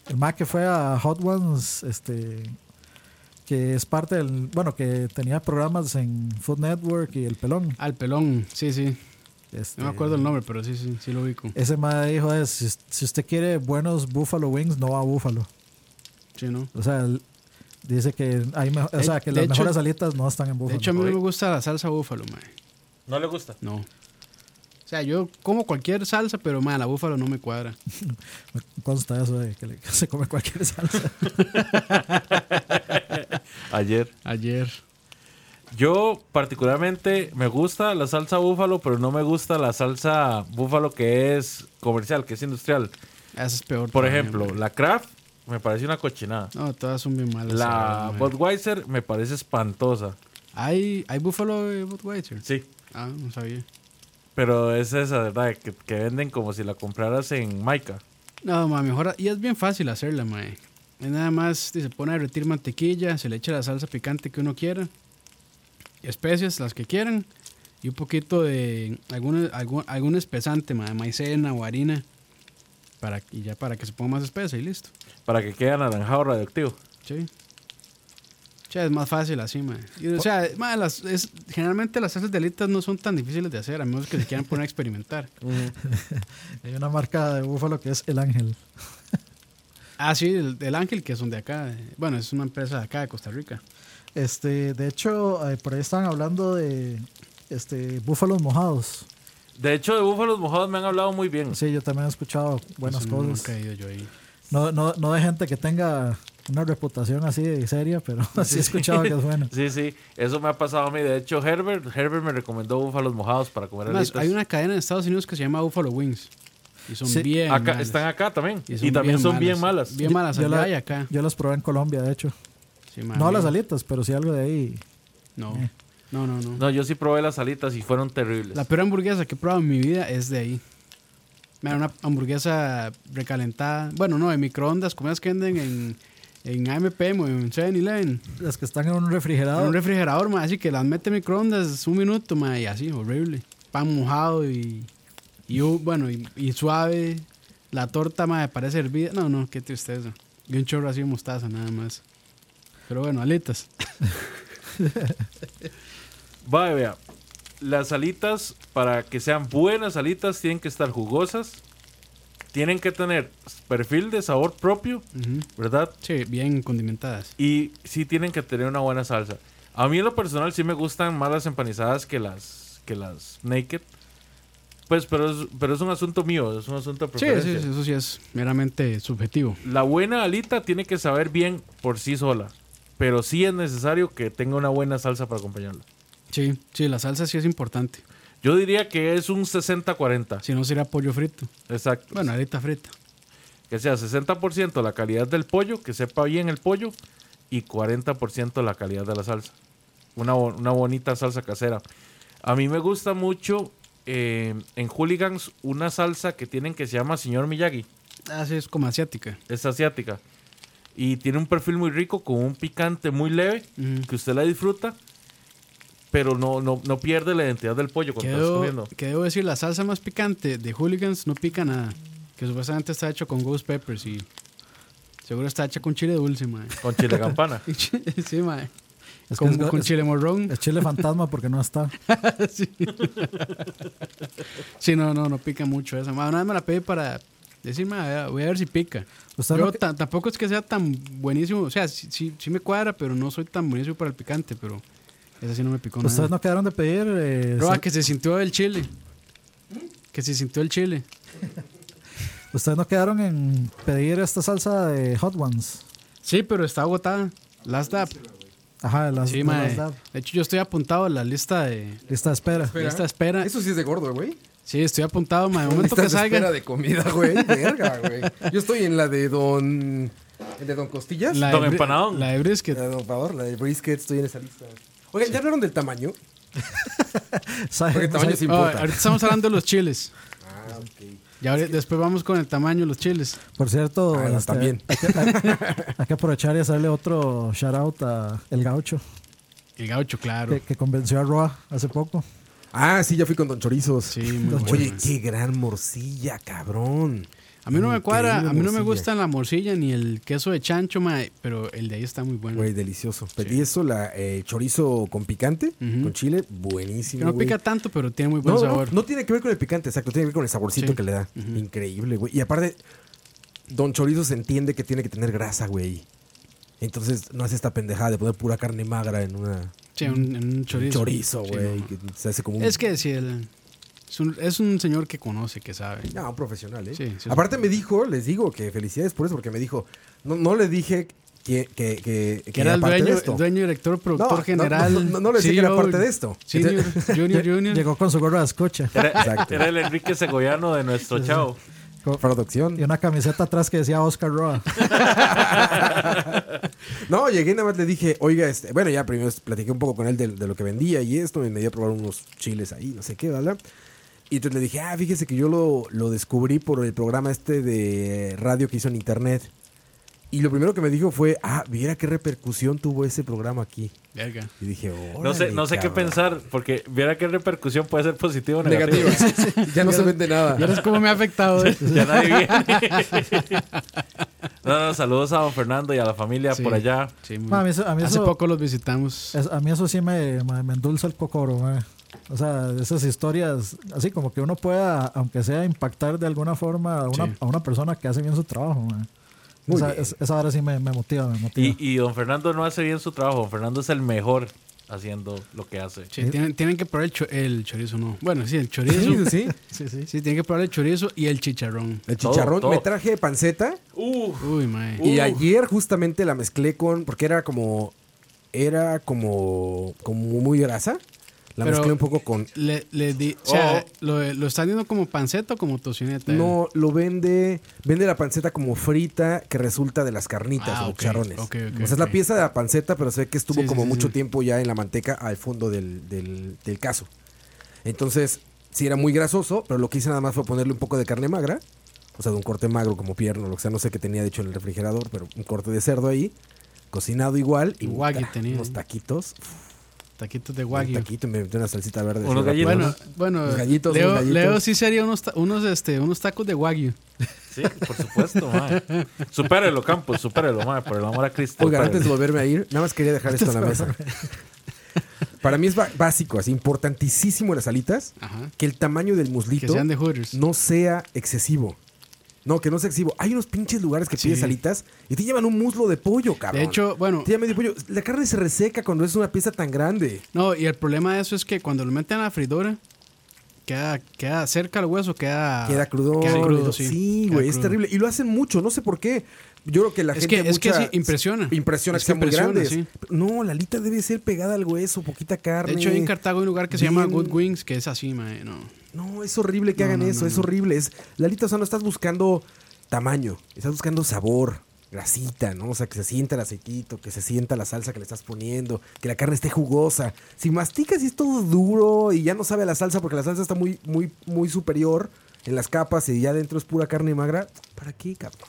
D: el mae que fue a Hot Ones este que es parte del bueno que tenía programas en Food Network y el pelón
C: Al pelón, sí, sí.
D: este,
C: No Ah, me acuerdo el nombre, pero sí, sí, sí lo ubico.
D: ese mae dijo "Es, si, si usted quiere buenos Buffalo Wings no va a Buffalo
C: Sí, ¿no?
D: o sea el- dice que hay mejo- o
C: De-
D: sea que
C: de
D: las
C: hecho-
D: mejores alitas no están en
C: De
D: Buffalo
C: hecho, a mí no me
B: Oye.
C: gusta la salsa búfalo, mae.
B: No le gusta.
C: No. O sea, yo como cualquier salsa, pero mae, la búfalo no me cuadra.
D: me consta eso de que, le- que se come cualquier salsa
B: Ayer.
C: Ayer.
B: Yo particularmente me gusta la salsa búfalo, pero no me gusta la salsa búfalo que es comercial, que es industrial.
C: Esa es peor.
B: Por
C: todavía,
B: ejemplo,
C: mae.
B: la Kraft me parece una cochinada.
C: No, todas son bien malas.
B: La
C: verdad, mae.
B: Budweiser me parece espantosa.
C: ¿Hay, ¿Hay búfalo de Budweiser?
B: Sí.
C: Ah, no sabía.
B: Pero es esa, ¿verdad? Que, que venden como si la compraras en Maica.
C: No, ma, mejor. Y es bien fácil hacerla, mae. Es nada más se pone a derretir mantequilla, se le echa la salsa picante que uno quiera, especias, las que quieran, y un poquito de algún, algún, algún espesante, mae, maicena o harina. Para, y ya para que se ponga más espesa y listo.
B: Para que quede anaranjado radioactivo.
C: Sí. O sea, es más fácil así, mae. Y, o sea, mae, las, es- generalmente las salsas de alitas no son tan difíciles de hacer, a menos que se quieran poner a experimentar.
D: Hay una marca de búfalo que es El Ángel.
C: Ah, sí, el, el Ángel, que son de acá. eh, Bueno, es una empresa de acá, de Costa Rica.
D: Este, de hecho, eh, por ahí estaban hablando de este, búfalos mojados.
B: De hecho, de búfalos mojados me han hablado muy
C: Mm.
B: bien.
D: Sí, yo también he escuchado buenas
C: Eso no-
D: cosas.
C: nunca he ido yo ahí.
D: No, no, no de gente que tenga una reputación así de seria, pero sí he escuchado que es bueno.
B: Sí, sí, eso me ha pasado a mí. De hecho, Herbert, Herbert me recomendó búfalos mojados para comer
C: Además,
B: alitas.
C: hay una cadena en Estados Unidos que se llama Buffalo Wings. Y son
D: Sí,
C: bien.
B: Acá-
C: malas.
B: están acá también.
C: Y
B: Y,
C: son
B: también
C: bien
B: son bien
C: malas.
B: malas.
C: Bien malas,
D: Yo
C: allá
D: la-
C: y acá. Ah,
D: Yo las probé en Colombia, de hecho.
C: Sí,
D: No
C: mae,
D: las alitas, pero sí algo de ahí.
C: No, no, no. no.
B: No, yo sí probé las alitas y fueron terribles.
C: La peor hamburguesa que he probado en mi vida es de ahí. Mira, una hamburguesa recalentada. Bueno, no, de microondas, como esas que venden en, en AMPM o en 7-Eleven.
D: Las que están en un
C: En
D: refrigerador.
C: un refrigerador, ma, así que las mete en microondas un minuto, ma, y así, horrible. Pan mojado y, y u- bueno, y, y suave. La torta, ma, parece hervida. No, no, qué tristeza. Y un chorro así de mostaza, nada más. Pero bueno, alitas.
B: Vaya, vea. Las alitas, para que sean buenas alitas, tienen que estar jugosas. Tienen que tener perfil de sabor propio,
C: Ujú.
B: ¿verdad?
C: Sí, bien condimentadas.
B: Y sí tienen que tener una buena salsa. A mí en lo personal sí me gustan más las empanizadas que las, que las naked. Pues, pero es, pero es un asunto mío, es un asunto de
C: Sí,
B: preferencia.
C: sí, sí, eso sí es meramente subjetivo.
B: La buena alita tiene que saber bien por sí sola. Pero sí es necesario que tenga una buena salsa para acompañarla.
C: Sí, sí, la salsa sí es importante.
B: Yo diría que es un 60-40.
C: Si no, sería pollo frito.
B: Exacto.
C: Bueno, alita frita.
B: Que sea 60% la calidad del pollo, que sepa bien el pollo, y 40% la calidad de la salsa. Una, bo- una bonita salsa casera. A mí me gusta mucho eh, en Hooligans una salsa que tienen que se llama Señor Miyagi.
C: Ah, sí, es como asiática.
B: Es asiática. Y tiene un perfil muy rico, con un picante muy leve,
C: Ujú.
B: que usted la disfruta, pero no, no, no pierde la identidad del pollo
C: Que
B: cuando estás
C: debo,
B: comiendo.
C: que debo decir, la salsa más picante de Hooligans no pica nada. Que supuestamente está hecho con ghost peppers y seguro está hecha con chile dulce, mae.
B: Con chile campana.
C: sí, mae.
D: Es que
C: Con,
D: es go-
C: con
D: es-
C: chile morrón.
D: Es chile fantasma porque no está.
C: sí. Sí, no, no, no pica mucho esa. mae. Una vez me la pedí para decirme, voy a ver si pica.
D: Usted
C: Yo
D: no que-
C: ta- tampoco es que sea tan buenísimo. O sea, sí, sí, sí me cuadra, pero no soy tan buenísimo para el picante. Pero esa sí Ah, no me picó nada.
D: Ustedes no quedaron de pedir. eh,
C: Roa,
D: sal-
C: que se sintió el chile. Que se sintió el chile.
D: Ustedes no quedaron en pedir esta salsa de Hot Ones.
C: Sí, pero está agotada. Last Dab.
D: Ajá, de las,
C: Sí,
D: de
C: mae.
D: las DAB.
C: De hecho, yo estoy apuntado a la lista de...
D: Lista de espera.
C: Lista de espera.
E: Eso sí es de gordo, güey.
C: Sí, estoy apuntado, mae. El momento
E: Listas
C: que
E: de espera
C: salga...
E: de comida, güey. Verga, güey. Yo estoy en la de Don. ¿El de Eh, Don Costillas? La,
C: La
B: Don
C: bri-
B: Empanadón.
C: La de brisket.
E: de Don Favor, la de Brisket, estoy en esa lista. Oigan, ¿ya hablaron del tamaño?
D: Sabe-
E: Porque el tamaño
D: sabe-
E: sí
C: Ah,
E: importa.
C: ahorita estamos hablando de los chiles.
E: Ah, ok.
C: Ya ahorita- después vamos con el tamaño de los chiles.
D: Por cierto,
E: Ah, no,
D: este,
E: también.
D: Hay, que, hay- hay que aprovechar y hacerle otro shout out a El Gaucho,
C: El gaucho, claro.
D: que, que convenció a Roa hace poco.
E: Ah, sí, ya fui con Don Chorizos.
C: Sí, muy bueno.
E: Oye, qué gran morcilla, cabrón.
C: A mí no me
E: Increíble
C: cuadra, a mí no
E: morcilla.
C: me gustan la morcilla ni el queso de chancho, mae, pero el de ahí está muy bueno.
E: Güey, delicioso. Pedí eso, la, eh, chorizo con picante,
C: Ujú.
E: con chile,
C: que
E: buenísimo.
C: no
E: güey.
C: pica tanto, pero tiene muy buen
E: No, no,
C: sabor.
E: no tiene que ver con el picante, exacto, tiene que ver con el saborcito
C: Sí.
E: que le da.
C: Ujú.
E: Increíble, güey. Y aparte, Don Chorizo se entiende que tiene que tener grasa, güey. Entonces, no hace esta pendejada de poner pura carne magra en una
C: Sí, un, en un
E: un
C: chorizo.
E: chorizo,
C: Sí,
E: güey.
C: no.
E: que se hace como un.
C: Es que si el, es, un, es un señor que conoce, que sabe.
E: No, un profesional, ¿eh?
C: Sí, sí, es un
E: aparte, me dijo, les digo que felicidades por eso, porque me dijo, no, no le dije que, que, que,
C: Que era el
E: parte de
C: dueño,
E: esto.
C: el dueño, director, productor
E: no,
C: general.
E: no, no, no le decía que era
C: CEO,
E: parte de esto.
C: Senior, junior,
D: Lle-
C: junior.
D: Llegó con su gorra de escucha
B: Era,
E: Exacto.
B: era el Enrique Segoviano de nuestro chavo.
E: Producción.
D: y una camiseta atrás que decía Oscar Roa.
E: No, llegué y nada más le dije, oiga, este, bueno, ya primero platiqué un poco con él de, de lo que vendía y esto, y me dio a probar unos chiles ahí, no sé qué, ¿verdad? Y entonces le dije, ah, fíjese que yo lo, lo descubrí por el programa este de radio que hizo en internet, Y lo primero que me dijo fue, ah, viera qué repercusión tuvo ese programa aquí.
C: Verga.
E: Y dije,
B: No sé, no sé qué pensar, porque viera qué repercusión puede ser positiva o negativa.
E: Negativas. ya no se vende nada.
C: ¿Y ahora cómo me ha afectado? eh?
B: Ya nadie viene. No, no, saludos a don Fernando y a la familia
C: Sí.
B: por allá.
C: Sí, muy-
D: Ma, a mí eso- a mí
C: Hace
D: eso-
C: poco los visitamos.
D: Es- a mí eso sí me, ma, me endulza el cocoro, ma. O sea, esas historias, así como que uno pueda, aunque sea, impactar de alguna forma a una,
C: Sí.
D: a una persona que hace bien su trabajo, ma.
E: Muy
D: Esa,
E: bien.
D: es- esa hora sí me, me motiva, me motiva.
B: Y, y don Fernando no hace bien su trabajo. Don Fernando es el mejor haciendo lo que hace.
C: Sí, tienen, tienen que probar el, cho- el chorizo, no. Bueno, sí, el chorizo.
E: Sí, sí.
D: sí, sí.
C: Sí, tienen que probar el chorizo y el chicharrón.
E: El
B: Todo,
E: chicharrón.
B: todo.
E: Me traje panceta.
B: Uh,
C: Uy, mae.
E: Y
B: Uh.
E: ayer justamente la mezclé con. Porque era como. Era como. Como muy grasa. La
C: Pero-
E: mezclé un poco con.
C: Le, le di, o sea, lo, lo están viendo como panceta o como tocineta. eh?
E: Oh. No, lo vende. Vende la panceta como frita que resulta de las carnitas
C: Ah,
E: o
C: ok,
E: charrones.
C: ok, ok,
E: o sea, es la
C: ok.
E: pieza de la panceta, pero se ve que estuvo
C: Sí, sí,
E: como
C: sí,
E: mucho
C: sí.
E: tiempo ya en la manteca al fondo del, del, del caso. Entonces, sí era muy grasoso, pero lo que hice nada más fue ponerle un poco de carne magra. O sea, de un corte magro como pierna, lo que sea, no sé qué tenía de hecho en el refrigerador, pero un corte de cerdo ahí, cocinado igual y
C: Un wagyu
E: puta,
C: tenía
E: unos
C: ahí.
E: taquitos.
C: eh. Taquitos de
E: Un
C: wagyu.
E: taquito y me metí una salsita verde.
B: Unos
E: así rápido.
B: gallitos.
C: Bueno, bueno,
E: Unos gallitos,
C: Leo,
E: unos gallitos.
C: Leo sí sería unos, ta- unos, este, unos tacos de wagyu.
B: sí, por supuesto, mae. Supérelo, Campos, supérelo, mae, por el amor a Cristo.
E: Oigan,
B: supérelo.
E: antes de volverme a ir, nada más quería dejar esto en la mesa. Para mí es ba- básico, así importantísimo en las alitas,
C: Ajá.
E: que el tamaño del
C: Que
E: muslito
C: sean de Hooters.
E: no sea excesivo. No, que no sea excesivo. Hay unos pinches lugares que
C: Sí.
E: pides alitas y te llevan un muslo de pollo, cabrón.
C: de hecho, bueno,
E: te llevan medio pollo. La carne se reseca cuando es una pieza tan grande.
C: no, y el problema de eso es que cuando lo meten a la freidora, queda, queda cerca al hueso, Ah, queda.
E: queda crudo.
C: queda crudo, sí.
E: sí,
C: Queda
E: güey, es
C: crudo.
E: terrible. Y lo hacen mucho, no sé por qué. Yo creo que la
C: Es
E: gente
C: que- es que
E: mucha
C: sí, impresiona.
E: Impresiona
C: Es
E: que
C: que
E: sean muy
C: impresiona,
E: grandes.
C: sí.
E: No, la alita debe ser pegada al hueso, poquita carne.
C: De hecho, hay en Cartago hay un lugar que se
E: Bien.
C: llama Good Wings, que es así, mae. No.
E: No, es horrible que hagan eso, es horrible. Es, la alita, o sea, no estás buscando tamaño, estás buscando sabor, grasita, ¿no? O sea, que se sienta el aceitito, que se sienta la salsa que le estás poniendo, que la carne esté jugosa. Si masticas y es todo duro y ya no sabe a la salsa porque la salsa está muy, muy, muy superior en las capas y ya adentro es pura carne magra, ¿para qué, cabrón?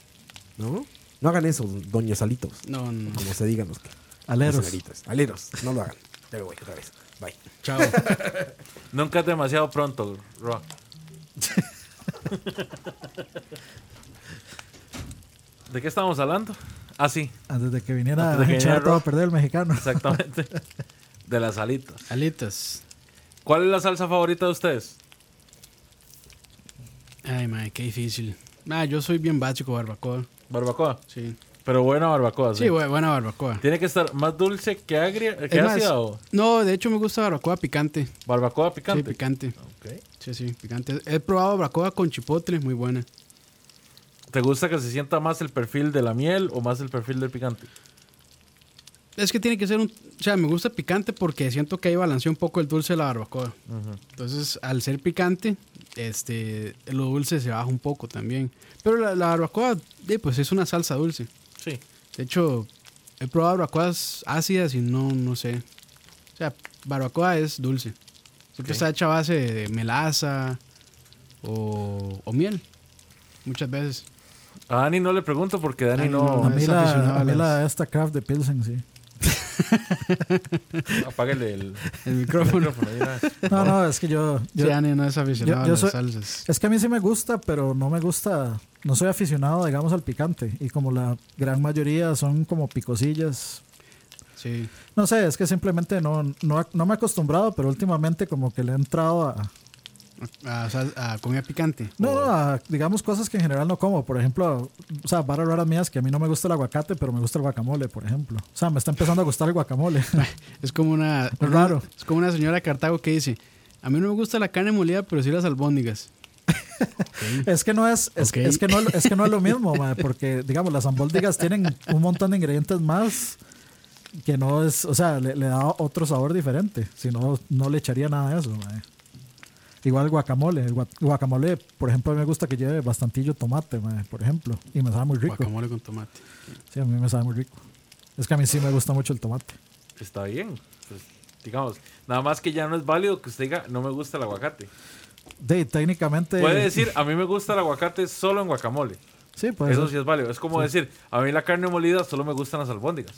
E: ¿No? No hagan eso, doña Salitos.
C: No, no. no.
E: Como se digan los que.
D: Aleros.
E: los alitas. Aleros, no lo hagan. Ya me voy, otra vez. Bye.
C: Chao.
B: Nunca es demasiado pronto, Roa. ¿De qué estamos hablando? Ah, sí,
D: Antes de que viniera
B: Antes de que
D: a echar
B: viniera
D: todo a
B: Rob.
D: perder el mexicano.
B: exactamente. De las alitas.
C: Alitas.
B: ¿Cuál es la salsa favorita de ustedes?
C: Ay, mae, qué difícil. Mae, yo soy bien básico, barbacoa.
B: Barbacoa.
C: Sí.
B: Pero buena barbacoa, Pues sí.
C: Sí, bu- buena barbacoa.
B: Tiene que estar más dulce que agria, que
C: Es más,
B: ácida o
C: no, de hecho me gusta barbacoa picante.
B: barbacoa picante.
C: Sí, picante.
B: Ok.
C: Sí, sí, picante. He probado barbacoa con chipotle, muy buena.
B: ¿Te gusta que se sienta más el perfil de la miel o más el perfil del picante?
C: Es que tiene que ser un... O sea, me gusta picante porque siento que ahí balancea un poco el dulce de la barbacoa. Entonces, al ser picante, este, lo dulce se baja un poco también. Pero la, la barbacoa, eh, pues es una salsa dulce.
B: Sí.
C: De hecho, he probado barbacoas ácidas y no, no sé. O sea, barbacoa es dulce. Porque
B: Ok.
C: está hecha a base de melaza o, o miel. Muchas veces.
B: A Dani no le pregunto porque Dani
C: Dani
B: no,
D: A
C: no
D: mí,
C: es
D: la,
C: aficionado
D: a
C: a
D: mí
C: las-
D: la- esta craft de Pilsen, sí.
B: apáguele el
C: El micrófono.
B: micrófono. ahí, Dani.
D: No, no, es que yo... yo-
C: Sí, Ani no es aficionado
D: yo- yo
C: a las
D: soy-
C: salsas.
D: es que a mí sí me gusta, pero no me gusta... No soy aficionado, digamos, al picante. Y como la gran mayoría son como picosillas,
C: Sí.
D: No sé, es que simplemente no, no, no me he acostumbrado, pero últimamente como que le he entrado a...
C: A, sal- a comida picante.
D: No, no, a, digamos cosas que en general no como. Por ejemplo, o sea, varas raras mías que a mí no me gusta el aguacate, pero me gusta el guacamole, por ejemplo. O sea, me está empezando a gustar el guacamole.
C: Es como una.
D: Muy raro.
C: Es como una señora de Cartago que dice: A mí no me gusta la carne molida, pero sí las albóndigas.
D: es que no es... Es,
C: Ok.
D: es que, no, es que no es lo mismo, mae, porque, digamos, las ambóndigas tienen un montón de ingredientes más que no es... O sea, le, le da otro sabor diferente. Si no, no le echaría nada de eso, mae. Igual el guacamole. El gua- guacamole, por ejemplo, a mí me gusta que lleve bastantillo tomate, mae, por ejemplo. Y me sabe muy rico.
C: Guacamole con tomate.
D: Sí, a mí me sabe muy rico. Es que a mí sí me gusta mucho el tomate.
B: Está bien. pues, digamos, nada más que ya no es válido que usted diga no me gusta el aguacate.
D: De, técnicamente.
B: Puede decir a mí me gusta el aguacate solo en guacamole.
D: Sí, puede
B: Eso
D: ser.
B: sí es válido. Es como decir, a mí la carne molida solo me gustan las albóndigas.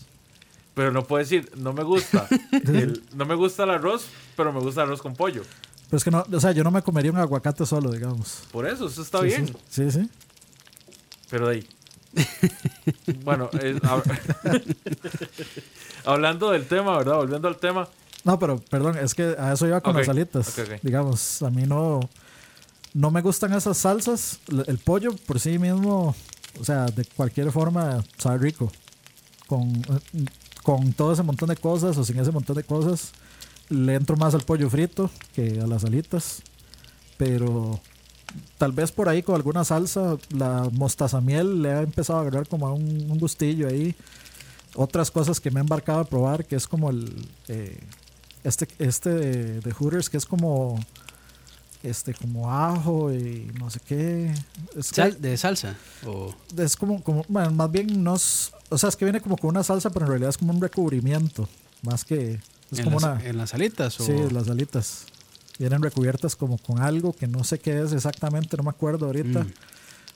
B: Pero no puedo decir, no me gusta. el- no me gusta el arroz, pero me gusta el arroz con pollo.
D: Pero es que no, o sea, yo no me comería un aguacate solo, digamos.
B: Por eso, eso está
D: Sí,
B: bien.
D: sí. Sí, sí.
B: Pero de ahí. bueno, es- hab- hablando del tema, ¿verdad? Volviendo al tema.
D: No, pero perdón, es que a eso iba con
B: Ok,
D: las alitas.
B: ok, ok.
D: Digamos, a mí no, no me gustan esas salsas. L- El pollo por sí mismo, o sea, de cualquier forma, sabe rico. Con, eh, con todo ese montón de cosas o sin ese montón de cosas, le entro más al pollo frito que a las alitas. Pero tal vez por ahí con alguna salsa, la mostaza miel le ha empezado a agarrar como a un, un gustillo ahí. Otras cosas que me he embarcado a probar, que es como el... eh, este, este de, de Hooters que es como este como ajo y no sé qué es, que-
C: Sal- de salsa. O,
D: es como, como bueno, más bien no es- o sea es que viene como con una salsa pero en realidad es como un recubrimiento más que es
C: en,
D: como
C: las,
D: una
C: en las alitas. O,
D: sí las alitas vienen recubiertas como con algo que no sé qué es exactamente no me acuerdo ahorita
C: Mm.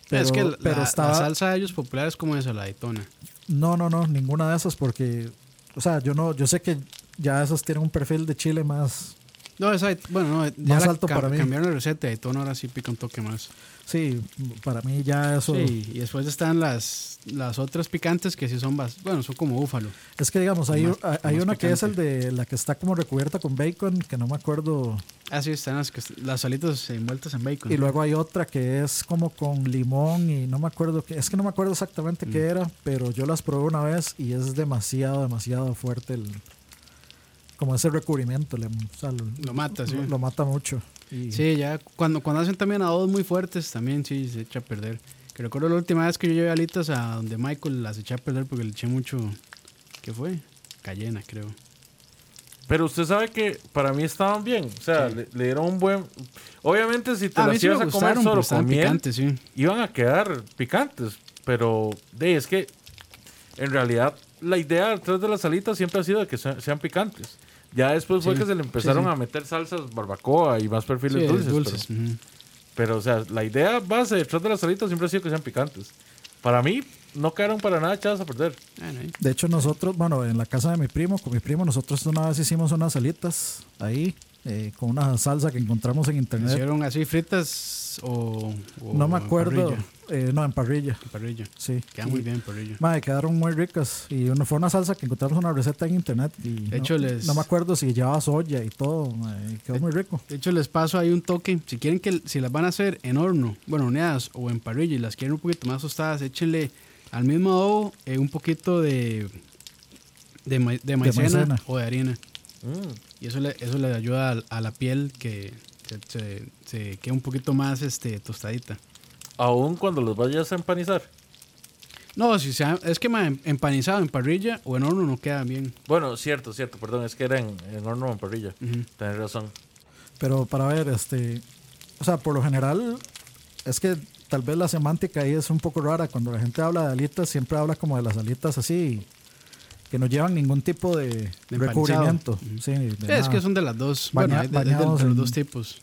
D: pero,
C: es que la,
D: pero
C: la
D: estaba-
C: salsa de ellos popular es como esa, la Daytona.
D: no, no, no, ninguna de esas porque, o sea, yo no, yo sé que ya esas tienen un perfil de chile más,
C: No, esa, bueno, no, ya
D: Más
C: la
D: alto
C: ca-
D: para mí.
C: Cambiaron la receta de Daytona, ahora sí pica un toque más.
D: sí, para mí ya eso,
C: Sí, y después están las, las otras picantes que sí son más, bueno, son como búfalo.
D: Es que digamos, hay,
C: Más-
D: hay- hay
C: más
D: una que es el
C: picante.
D: de la que está como recubierta con bacon, que no me acuerdo.
C: Ah, sí, están las, que est- las alitas envueltas en bacon.
D: Y luego hay otra que es como con limón y no me acuerdo qué. Es que no me acuerdo exactamente qué
C: Mm.
D: era, pero yo las probé una vez y es demasiado, demasiado fuerte el. Como ese recubrimiento, le- o sea, lo,
C: Lo mata, sí.
D: lo- lo mata mucho. Y-
C: Sí, ya cuando, cuando hacen también adodos muy fuertes, también sí se echa a perder. Que recuerdo la última vez que yo llevé alitas a donde Michael las eché a perder porque le eché mucho. ¿Qué fue? Cayena, creo.
B: Pero usted sabe que para mí estaban bien. O sea, le, le dieron un buen. Obviamente, si te las ibas a comer
C: pero
B: solo
C: pues, estaban
B: con miel,
C: picantes, sí.
B: iban a quedar picantes. Pero de, es que en realidad la idea detrás de las salitas siempre ha sido de que se- sean picantes. Ya después fue
C: Sí,
B: que se le empezaron
C: sí.
B: a meter salsas barbacoa y más perfiles
C: Sí,
B: dulces.
C: dulces.
B: Pero,
C: ujú.
B: pero, o sea, la idea base detrás de las salitas siempre ha sido que sean picantes. Para mí, no quedaron para nada echadas a perder.
C: Bueno, ahí.
D: De hecho, nosotros, bueno, en la casa de mi primo, con mi primo, nosotros una vez hicimos unas alitas ahí, eh, con una salsa que encontramos en
C: ¿Las
D: internet.
C: hicieron así fritas o, o
D: No me
C: Oh, en
D: acuerdo.
C: parrilla?
D: eh, no, en parrilla.
C: En parrilla.
D: Sí.
C: Queda
D: Y,
C: muy bien en parrilla.
D: madre, quedaron muy ricas. Y una- fue una salsa que encontramos una receta en internet. Y no,
C: hecho, les-
D: no me acuerdo si llevaba soya y todo. madre, y quedó muy rico.
C: De hecho, les paso ahí un toque. Si quieren que, si las van a hacer en horno, bueno, horneadas o en parrilla y las quieren un poquito más tostadas, échenle al mismo adobo eh, un poquito de, de, ma- de maicena
D: maicena.
C: o de harina.
B: Mm.
C: Y eso le, eso le ayuda al- a, la piel que se, se- se quede un poquito más este, tostadita.
B: Aún cuando los vayas a empanizar.
C: No, si sea, es que ma, empanizado en parrilla o en horno no queda bien.
B: Bueno, cierto, cierto, perdón, es que era en, en horno en parrilla. Tenés razón.
D: Pero para ver, este. O sea, por lo general, es que tal vez la semántica ahí es un poco rara. Cuando la gente habla de alitas, siempre habla como de las alitas así, que no llevan ningún tipo de,
C: De
D: recubrimiento. Sí, de
C: Sí, es
D: nada.
C: que son de las dos.
D: Baña-
C: bueno, hay de- de- de- de,
D: bañados
C: los
D: en-
C: dos tipos.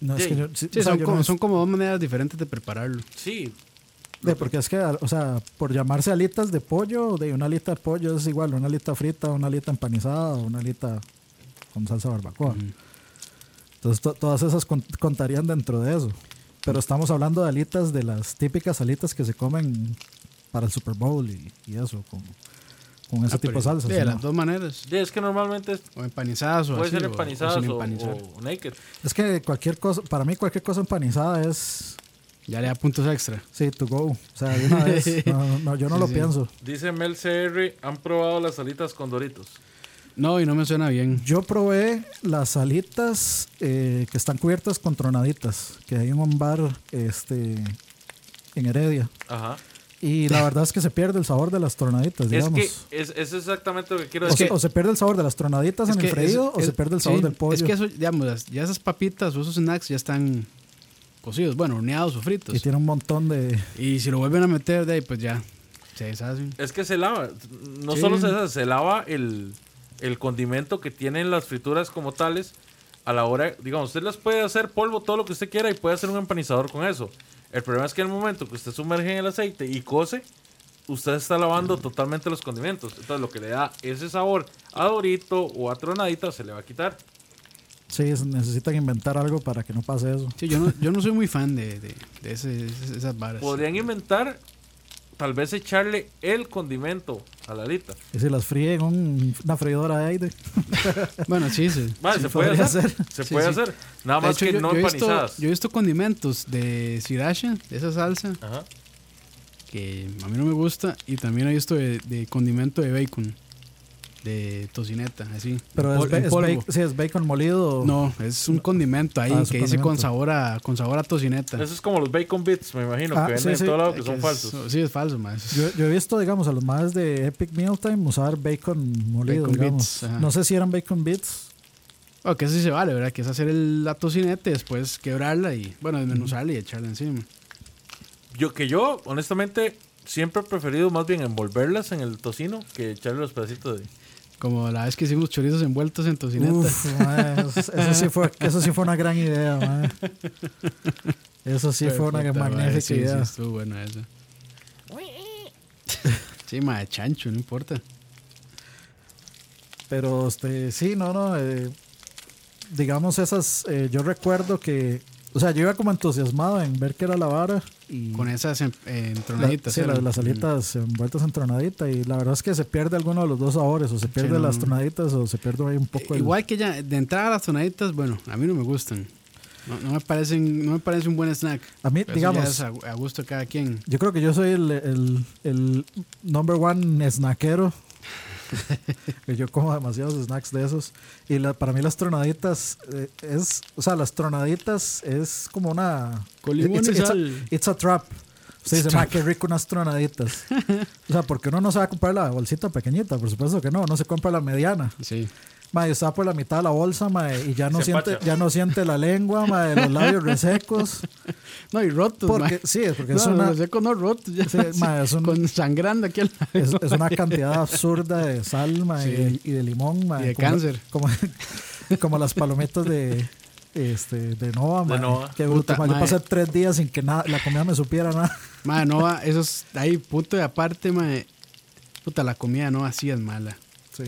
D: No, es
B: Sí.
D: que yo- sí,
C: Sí,
D: o sea,
C: son,
D: yo no
C: como,
D: he-
C: son como dos maneras diferentes de prepararlo.
B: Sí,
D: De, porque es que, o sea, por llamarse alitas de pollo, de una alita de pollo es igual, una alita frita, una alita empanizada, una alita con salsa barbacoa. Entonces, to- todas esas con- contarían dentro de eso. Pero estamos hablando de alitas, de las típicas alitas que se comen para el Super Bowl y, y eso, con, con ese
C: Ah, pero-
D: tipo de salsa.
C: sí, de las dos maneras.
B: sí, es que normalmente es-
C: O empanizadas o
B: puede
C: así,
B: ser
C: o-
B: empanizadas
C: o
B: o,
C: sin empanizar.
B: o naked.
D: Es que cualquier cosa, para mí cualquier cosa empanizada es,
C: Ya le da puntos extra.
D: sí, to go. O sea, de una vez, no, no, no, yo no
C: Sí,
D: lo
C: sí.
D: pienso.
B: Dice Mel CR, han probado las alitas con doritos.
C: No, y no me suena bien.
D: Yo probé las alitas eh, que están cubiertas con tronaditas, que hay en un bar este, en Heredia.
B: Ajá.
D: Y la verdad es que se pierde el sabor de las tronaditas,
B: Es
D: Pues digamos.
B: que es, es exactamente lo que quiero
D: o, se,
B: decir.
D: o se pierde el sabor de las tronaditas en el freído
C: eso-
D: o se
C: es-
D: pierde el sabor
C: sí,
D: del pollo.
C: Es que eso, digamos, las- ya esas papitas o esos snacks ya están cocidos, bueno, horneados o fritos.
D: y tiene un montón de...
C: Y si lo vuelven a meter de ahí, pues ya se deshacen.
B: Es que se lava. No
C: Sí.
B: solo se, hace, se lava el, el condimento que tienen las frituras como tales. A la hora, digamos, usted las puede hacer polvo todo lo que usted quiera y puede hacer un empanizador con eso. El problema es que en el momento que usted sumerge en el aceite y cose, usted está lavando totalmente los condimentos. Entonces lo que le da ese sabor a dorito o a tronadita se le va a quitar.
D: Sí, es- necesitan inventar algo para que no pase eso.
C: Sí, yo, no, yo no soy muy fan de, de- de ese- esas esas varas.
B: Podrían inventar tal vez echarle el condimento a la alita.
D: Y si las fríe en un- una freidora de aire.
C: Bueno, sí, sí.
B: Vale,
D: Sí,
B: se puede
D: podría
B: hacer.
D: ser.
B: Se
C: Sí,
B: puede
C: sí.
B: hacer. Nada
C: De
B: más
C: hecho,
B: que
C: yo,
B: no
C: yo he visto,
B: empanizadas.
C: yo he visto condimentos de sriracha, de esa salsa,
B: Ajá.
C: que a mí no me gusta, y también he visto de, de condimento de bacon, de tocineta, así.
D: Pero
C: en
D: es,
C: pol-
D: ba-
C: en
D: es
C: polvo.
D: ba- sí, es bacon molido.
C: No, es un condimento ahí
D: Ah, es un
C: que dice con
D: condimento.
C: sabor a, con sabor a tocineta.
B: Eso es como los bacon bits, me imagino,
D: Ah,
B: que venden
D: sí,
B: en
D: sí.
B: todo lado
C: Eh,
B: que
C: que
B: son
C: es-
B: falsos.
C: Sí, es falso, más.
D: Yo, yo he visto, digamos, a los más de Epic Mealtime usar bacon molido.
C: Bacon
D: digamos.
C: bits, ajá.
D: no sé si eran bacon bits.
C: Bueno, oh, que eso sí se vale, ¿verdad? Que es hacer el, la tocineta y después quebrarla y, bueno, desmenuzarla y echarla encima.
B: Yo que yo, honestamente, siempre he preferido más bien envolverlas en el tocino que echarle los pedacitos de.
C: Como la vez que hicimos chorizos envueltos en tocineta.
D: Uf, mae, eso, eso sí fue, eso sí fue una gran idea. mae. Eso sí
C: Pero
D: fue una
C: puta madre,
D: magnífica
C: sí,
D: idea.
C: Sí, estuvo bueno eso. Sí, madre, chancho, no importa.
D: Pero este, sí, no, no. eh, digamos, esas. eh, yo recuerdo que. O sea, yo iba como entusiasmado en ver que era la vara. Y
C: Con esas em- eh,
D: Mm. la-
C: entronaditas.
D: sí,
C: eran.
D: las, las
C: Mm.
D: alitas envueltas en tronadita. Y la verdad es que se pierde alguno de los dos sabores. O se pierde
C: no,
D: las
C: no.
D: tronaditas o se pierde ahí un
C: Eh,
D: poco el-
C: Igual que ya, de entrada las tonaditas, bueno, a mí no me gustan. No, no me parecen, no me parece un buen snack.
D: A
C: Pero
D: mí,
C: eso
D: digamos.
C: ya es a, a gusto de cada quien.
D: Yo creo que yo soy el, el, el number one snackero. Que yo como demasiados snacks de esos. Y la- para mí las tronaditas eh, es... O sea, las tronaditas es como una...
C: Con limón
D: it's,
C: y
D: it's a-
C: sal.
D: it's a trap. Usted dice, "Ma, qué rico unas tronaditas. o sea, porque uno no se va a comprar la bolsita pequeñita, por supuesto que no. No se compra la mediana.
C: Sí.
D: Ma, yo estaba por la mitad de la bolsa, ma, y ya no,
B: Se
D: siente,
B: empacha.
D: ya no siente la lengua, ma, los labios resecos.
C: No, y rotos,
D: Porque,
C: mae.
D: sí, porque
C: No,
D: es una...
C: los secos no rotos, ya
D: Sí,
C: así,
D: mae, es un-
C: con sangrando aquí al lado.
D: Es, es una cantidad absurda de sal ma, y, de,
C: Sí.
D: y de limón. ma,
C: Y de
D: como-
C: cáncer.
D: Como, como las palomitas de, este, de Nova. ma,
B: Nova.
D: Qué bruto,
C: Puta,
D: ma, Yo
C: mae.
D: pasé tres días sin que nada, la comida me supiera nada.
C: Mae, no va, eso es, ahí, punto de aparte, mae. Puta, la comida no así es mala.
D: Sí.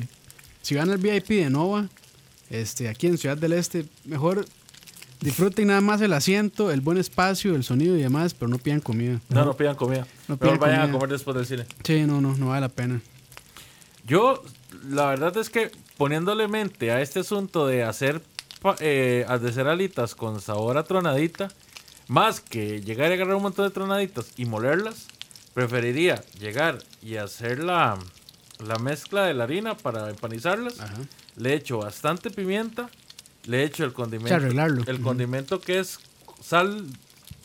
C: Si van al VIP de Nova, este, aquí en Ciudad del Este, mejor disfruten nada más el asiento, el buen espacio, el sonido y demás, pero no pidan comida.
B: No, no pidan comida.
C: No
B: Mejor
C: pidan
B: vayan a
C: comida.
B: comer después del cine.
C: Sí, no, no, no vale la pena.
B: Yo, la verdad es que poniéndole mente a este asunto de hacer, pa- eh, de hacer alitas con sabor a tronadita, más que llegar y agarrar un montón de tronaditas y molerlas, preferiría llegar y hacer la, la mezcla de la harina para empanizarlas.
C: Ajá.
B: Le echo bastante pimienta, le echo el condimento.
C: O sea, arreglarlo.
B: El
C: Ujú.
B: condimento que es sal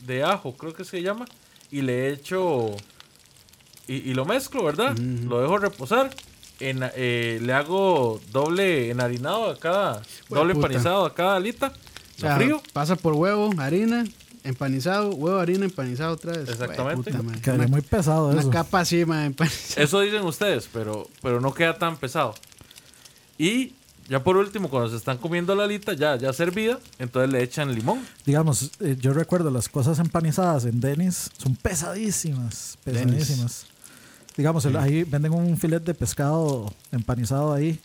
B: de ajo, creo que se llama, y le echo y, y lo mezclo, ¿verdad? Lo dejo reposar. En, eh, le hago doble enharinado a cada,
C: Hue
B: doble
C: puta.
B: empanizado a cada alita.
C: O sea,
B: lo frío.
C: pasa por huevo, harina, empanizado, huevo, harina, empanizado otra vez.
B: Exactamente.
C: Puta, mae.
D: Quedaría
C: una,
D: muy pesado
C: una
D: eso.
C: capa así, mae, empanizada.
B: Eso dicen ustedes, pero, pero no queda tan pesado. Y ya por último, cuando se están comiendo la alita ya, ya servida, entonces le echan limón.
D: Digamos, eh, yo recuerdo las cosas empanizadas en Dennis son pesadísimas. Pesadísimas. Digamos, el- ahí venden un filete de pescado empanizado ahí.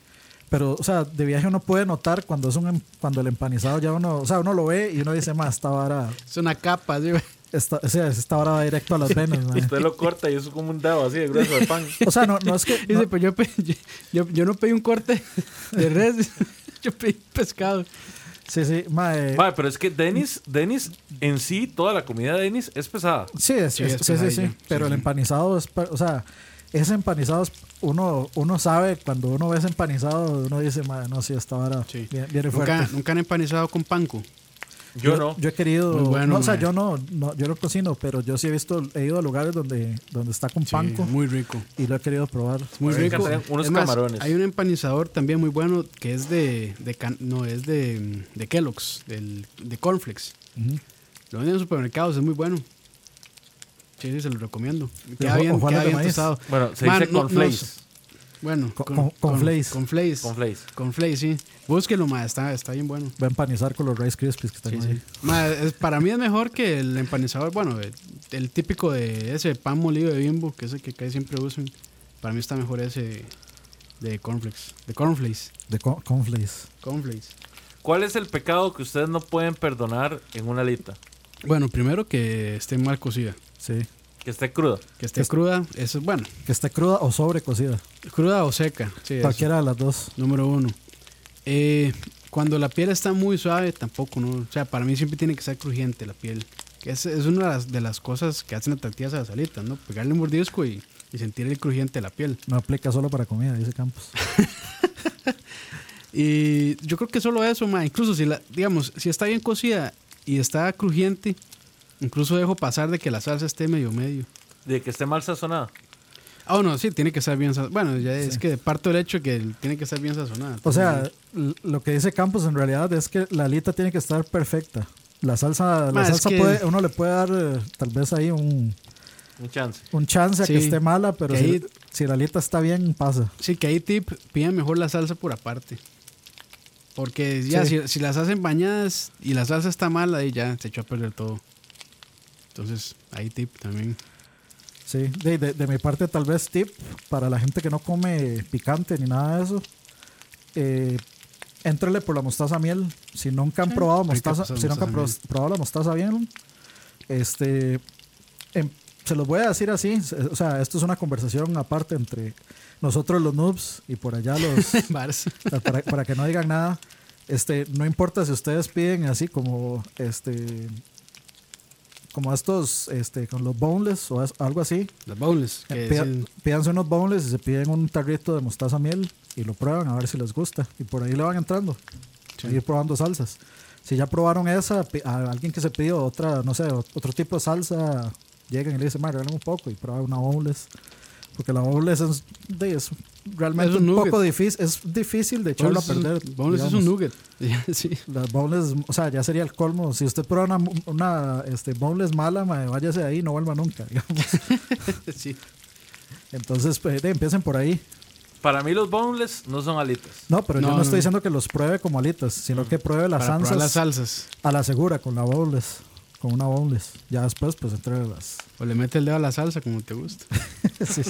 D: Pero, o sea, de viaje uno puede notar cuando es un em- cuando el empanizado ya uno, o sea, uno lo ve y uno dice, más esta vara
C: Es una capa, así, mae.
D: Esta, o sea, esta hora va directo a las venas, man.
B: Usted lo corta y eso es como un dado así de grueso de pan.
D: O sea, no, no es que.
C: Dice,
D: no-
C: pues yo, pe- yo, yo- yo no pedí un corte de res, yo pedí pescado.
D: sí, sí, ma, eh,
B: Mae, pero es que Dennis, Dennis en sí, toda la comida de Dennis es pesada.
D: sí, es-
C: Sí,
D: es-
C: es
D: sí, sí, sí,
C: pesadilla.
D: Pero el empanizado es. pa- O sea, ese empanizado es- uno, uno sabe, cuando uno ve ese empanizado, uno dice, ma, no, sí, esta vara
C: Sí.
D: viene, viene fuerte.
C: Nunca, nunca han empanizado con panco.
B: Yo no.
D: Yo he querido.
C: Muy bueno,
D: no, o sea,
C: ma.
D: yo no, no, yo no cocino, pero yo sí he visto, he ido a lugares donde, donde está con panco
C: Sí, muy rico.
D: y lo he querido probar.
C: Muy
B: A mí Pues me
C: rico.
B: encantarían unos
C: Es más,
B: camarones.
C: Hay un empanizador también muy bueno que es de, de can- no es de, de Kellogg's, del, de Cornflakes.
D: Ujú.
C: Lo venden en supermercados, es muy bueno. Sí, sí, se lo recomiendo.
D: ojo-
C: Queda bien,
D: ojalá
C: queda
D: de
C: bien
D: maíz.
C: tostado.
B: Bueno, se
C: Man,
B: dice
C: no-
B: cornflakes.
C: No, Bueno,
D: Con- con- con Flays.
C: Con Flays.
B: Con Flays.
C: Con Flays, sí. Búsquelo, ma, está, está bien bueno.
D: Va a empanizar con los Rice Krispies que están
C: Sí,
D: ahí.
C: sí. Ma, es- para mí es mejor que el empanizador, bueno, el, el típico de ese pan molido de bimbo, que es el que casi siempre usan. Para mí está mejor ese de, de cornflakes. De cornflakes.
D: De con- Conflays.
C: Cornflakes.
B: ¿Cuál es el pecado que ustedes no pueden perdonar en una alita?
C: Bueno, primero que esté mal cocida.
D: Sí.
B: Que esté cruda.
C: Que esté cruda, eso es bueno.
D: Que esté cruda o sobrecocida.
C: Cruda o seca. Sí, eso.
D: Cualquiera de las dos.
C: Número uno. Eh, cuando la piel está muy suave, tampoco, ¿no? O sea, para mí siempre tiene que estar crujiente la piel. Que es, es una de las, de las cosas que hacen atractivas a las alitas, ¿no? Pegarle un mordisco y, y sentir el crujiente de la piel.
D: No aplica solo para comida, dice Campos.
C: Y yo creo que solo eso, ma. Incluso si la, digamos, si está bien cocida y está crujiente, incluso dejo pasar de que la salsa esté medio medio.
B: De que esté mal sazonada.
C: Ah, bueno, sí, tiene que estar bien sazonada. Bueno, ya es que parto del hecho que el- tiene que estar bien sazonada.
D: O sea, l- lo que dice Campos en realidad es que la alita tiene que estar perfecta. La salsa,
C: Ma,
D: la
C: es
D: salsa
C: que-
D: puede, uno le puede dar eh, tal vez ahí un,
B: Un chance.
D: un chance a
C: Sí.
D: que esté mala, pero
C: Que
D: si,
C: ahí-
D: si la alita está bien, pasa.
C: Sí, que ahí tip, pidan mejor la salsa por aparte. Porque ya,
D: Sí.
C: si, si las hacen bañadas y la salsa está mala, ahí ya se echó a perder todo. Entonces, ahí tip también.
D: Sí, de, de- de mi parte tal vez tip para la gente que no come picante ni nada de eso. Eh, éntrele por la mostaza miel. Si nunca han probado
C: Mm. Rica pues,
D: mostaza,
C: mostaza,
D: si nunca han
C: mostaza
D: pro- probado la mostaza miel, este, em- se los voy a decir así. se- O sea, esto es una conversación aparte entre nosotros los noobs y por allá los,
C: Bars.
D: o sea, para, para que no digan nada. Este, no importa si ustedes piden así como este como estos este con los boneless o as- algo así.
C: Las bowls. Que
D: Pida-
C: sí,
D: Pídanse unos boneless y se piden un tarrito de mostaza miel y lo prueban a ver si les gusta. Y por ahí le van entrando.
C: Sí.
D: Ir probando salsas. Si ya probaron esa, pi- a alguien que se pidió otra, no sé, ot- otro tipo de salsa, llegan y le dicen, "Ma, regálame un poco y prueba una boneless. Porque la boneless es, de- es realmente
C: Es un
D: un,
C: nugget.
D: poco difícil, es difícil de echarlo a
C: bowls es un-
D: perder.
C: bowls es un
D: digamos.
C: nugget. sí.
D: Las boneless, o sea, ya sería el colmo. Si usted prueba una, una este, boneless mala, ma, váyase de ahí, no vuelva nunca, digamos.
C: sí.
D: Entonces, pues, de, empiecen por ahí.
B: Para mí los boneless no son alitas.
D: No, pero
C: No,
D: yo no,
C: no,
D: estoy
C: no.
D: diciendo que los pruebe como alitas, sino que pruebe las
C: Para probar
D: salsas
C: las salsas.
D: a la segura, con la boneless, con una boneless. Ya después, pues, entre las...
C: O le mete el dedo a la salsa como te gusta.
D: sí,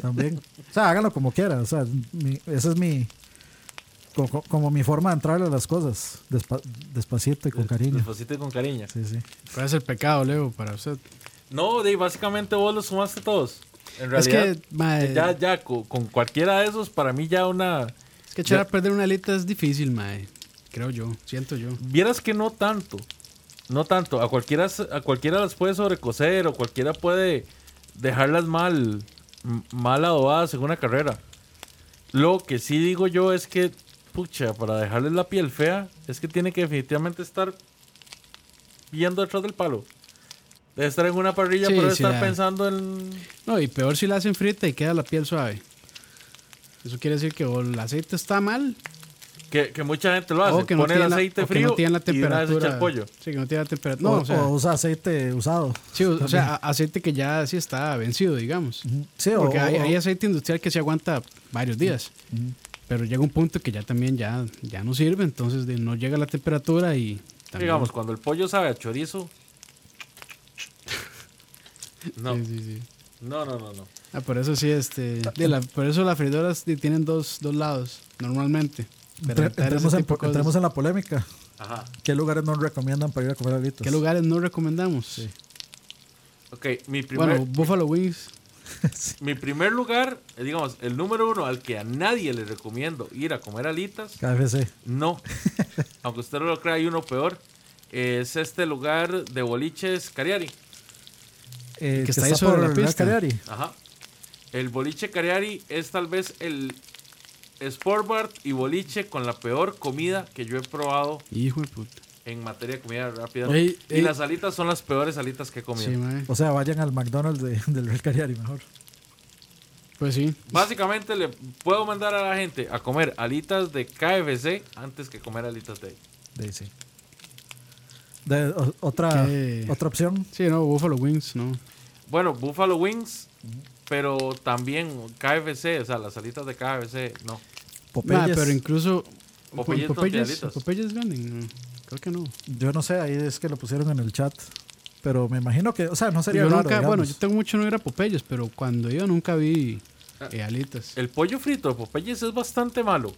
D: también. O sea, háganlo como quieran. O sea, mi- esa es mi... co- co- Como, mi forma de entrarle a las cosas, despa- despacito y con cariño.
B: Despacito y con cariño.
D: Sí, sí.
C: ¿Cuál es el pecado, Leo, para usted?
B: No, de, básicamente vos los sumaste todos. En realidad.
C: es que, ma,
B: ya, ya, co- con, cualquiera de esos, para mí ya una.
C: es que echar a
B: ya-
C: perder una alita es difícil, mae. Creo yo. Siento yo.
B: Vieras que no tanto. No tanto. A cualquiera, s- a cualquiera las puede sobrecocer o cualquiera puede dejarlas mal, m- mal adobadas en una carrera. Lo que sí digo yo es que, pucha, para dejarles la piel fea, es que tiene que definitivamente estar viendo detrás del palo. Debe estar en una parrilla,
C: Sí,
B: pero debe
C: sí,
B: estar
C: ya.
B: pensando en.
C: No, y peor si la hacen frita y queda la piel suave. Eso quiere decir que o el aceite está mal
B: Que, que mucha gente lo hace.
C: o que no
B: Ah, Pone
C: tiene
B: el
C: la-
B: aceite
C: o que
B: frío
C: no tiene la
B: y de una vez echa
C: temperatura.
B: el pollo.
C: Sí, que no tiene la temperatura.
D: No,
C: No, o sea,
D: o usa aceite usado.
C: sí, o- o sea, a- aceite que ya sí está vencido, digamos.
D: Sí, o-
C: Porque hay,
D: o-
C: hay aceite industrial que se aguanta varios días. Pero llega un punto que ya también ya, ya no sirve, entonces de- no llega la temperatura y también-
B: Digamos, cuando el pollo sabe a chorizo. No,
C: Sí, sí, sí.
B: no, no, no. no.
C: Ah, por eso sí, este, de la- por eso las freidoras sí tienen dos, dos lados, normalmente. Para
D: Entre-
C: evitar ese
D: entremos, en,
C: tipo de
D: po-
C: cosas.
D: entremos en la polémica.
B: Ajá.
D: ¿Qué lugares nos recomiendan para ir a comer alitas?
C: ¿Qué lugares no recomendamos?
B: Ok, mi primer,
C: Bueno, Buffalo Wings.
B: mi primer lugar, eh, digamos, el número uno al que a nadie le recomiendo ir a comer alitas,
D: KFC.
B: no. Aunque usted no lo crea, hay uno peor. Es este lugar de boliches Cariari.
D: Eh,
C: que está ahí sobre la
D: Real
C: pista.
D: Cagliari.
B: Ajá. El boliche Cariari es tal vez el sport bar y boliche con la peor comida que yo he probado
C: Hijo de puta.
B: en materia de comida rápida.
C: Ey,
B: y
C: ey.
B: las alitas son las peores alitas que he comido.
C: eh, Sí, mae.
D: O sea, vayan al McDonald's de- del Real Cariari mejor.
C: Pues sí.
B: Básicamente le puedo mandar a la gente a comer alitas de KFC antes que comer alitas de ahí.
D: De, ahí sí. De- o- otra,
C: ¿Qué?
D: otra opción.
C: Sí, no, Buffalo Wings, no.
B: Bueno, Buffalo Wings, pero también KFC, o sea, las alitas de KFC, no.
C: Ma,
D: Popeyes.
C: pero incluso. con
B: Popeyes no tiene
C: Popeyes,
B: alitas.
C: Popeyes venden. no, Creo que no.
D: Yo no sé, ahí es que lo pusieron en el chat. Pero me imagino que, o sea, no sería
C: yo
D: raro,
C: nunca, bueno,
D: digamos.
C: yo tengo mucho no ir a Popeyes, pero cuando yo nunca vi
B: Ah.
C: eh, alitas.
B: El pollo frito de Popeyes es bastante malo.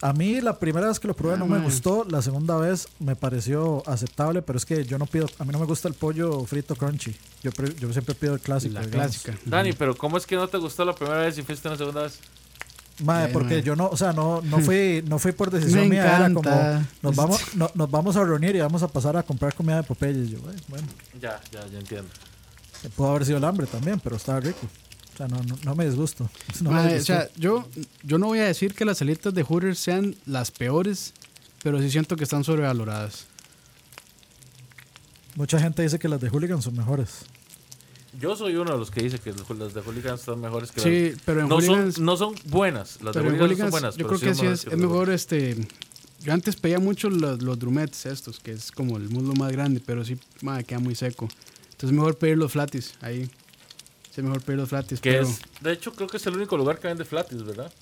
D: A mí la primera vez que lo probé
C: Ah,
D: no me
C: man.
D: gustó, la segunda vez me pareció aceptable, pero es que yo no pido, a mí no me gusta el pollo frito crunchy. Yo, pre- yo siempre pido el clásico.
C: la
D: digamos.
C: clásica.
B: Dani, pero ¿cómo es que no te gustó la primera vez y fuiste una segunda vez?
D: Mae,
C: Ay,
D: porque
C: mae. Hmm.
D: yo no, o sea, no, no fui, no fui por decisión mía, era como
C: encanta.
D: nos vamos, no- nos vamos a reunir y vamos a pasar a comprar comida de Popeyes. Yo, "Ay, bueno,
B: Ya, ya, ya entiendo.
D: pudo haber sido el hambre también, pero estaba rico. O sea, no, no, no me disgusto. No me
C: Mae, o
D: disgustó.
C: sea, yo, yo no voy a decir que las alitas de Hooters sean las peores, pero sí siento que están sobrevaloradas.
D: Mucha gente dice que las de Hooligan son mejores.
B: Yo soy uno de los que dice que las de Hooligans son mejores que
C: Sí,
B: las
C: pero en
B: no son,
C: Hooligans-
B: no son buenas. Las de
C: Pero
B: Hooligans,
C: en Hooligans,
B: no son buenas.
C: yo
B: pero
C: creo que sí es,
B: mejores que
C: es
B: las de
C: mejor este. Yo antes pedía mucho los, los drumettes estos, que es como el muslo más grande, pero sí mae, queda muy seco. Entonces es mejor pedir los flatis ahí. Sí, Es mejor pedir los flatis.
B: Que
C: pero-
B: es, de hecho, creo que es el único lugar que vende flatis, ¿verdad?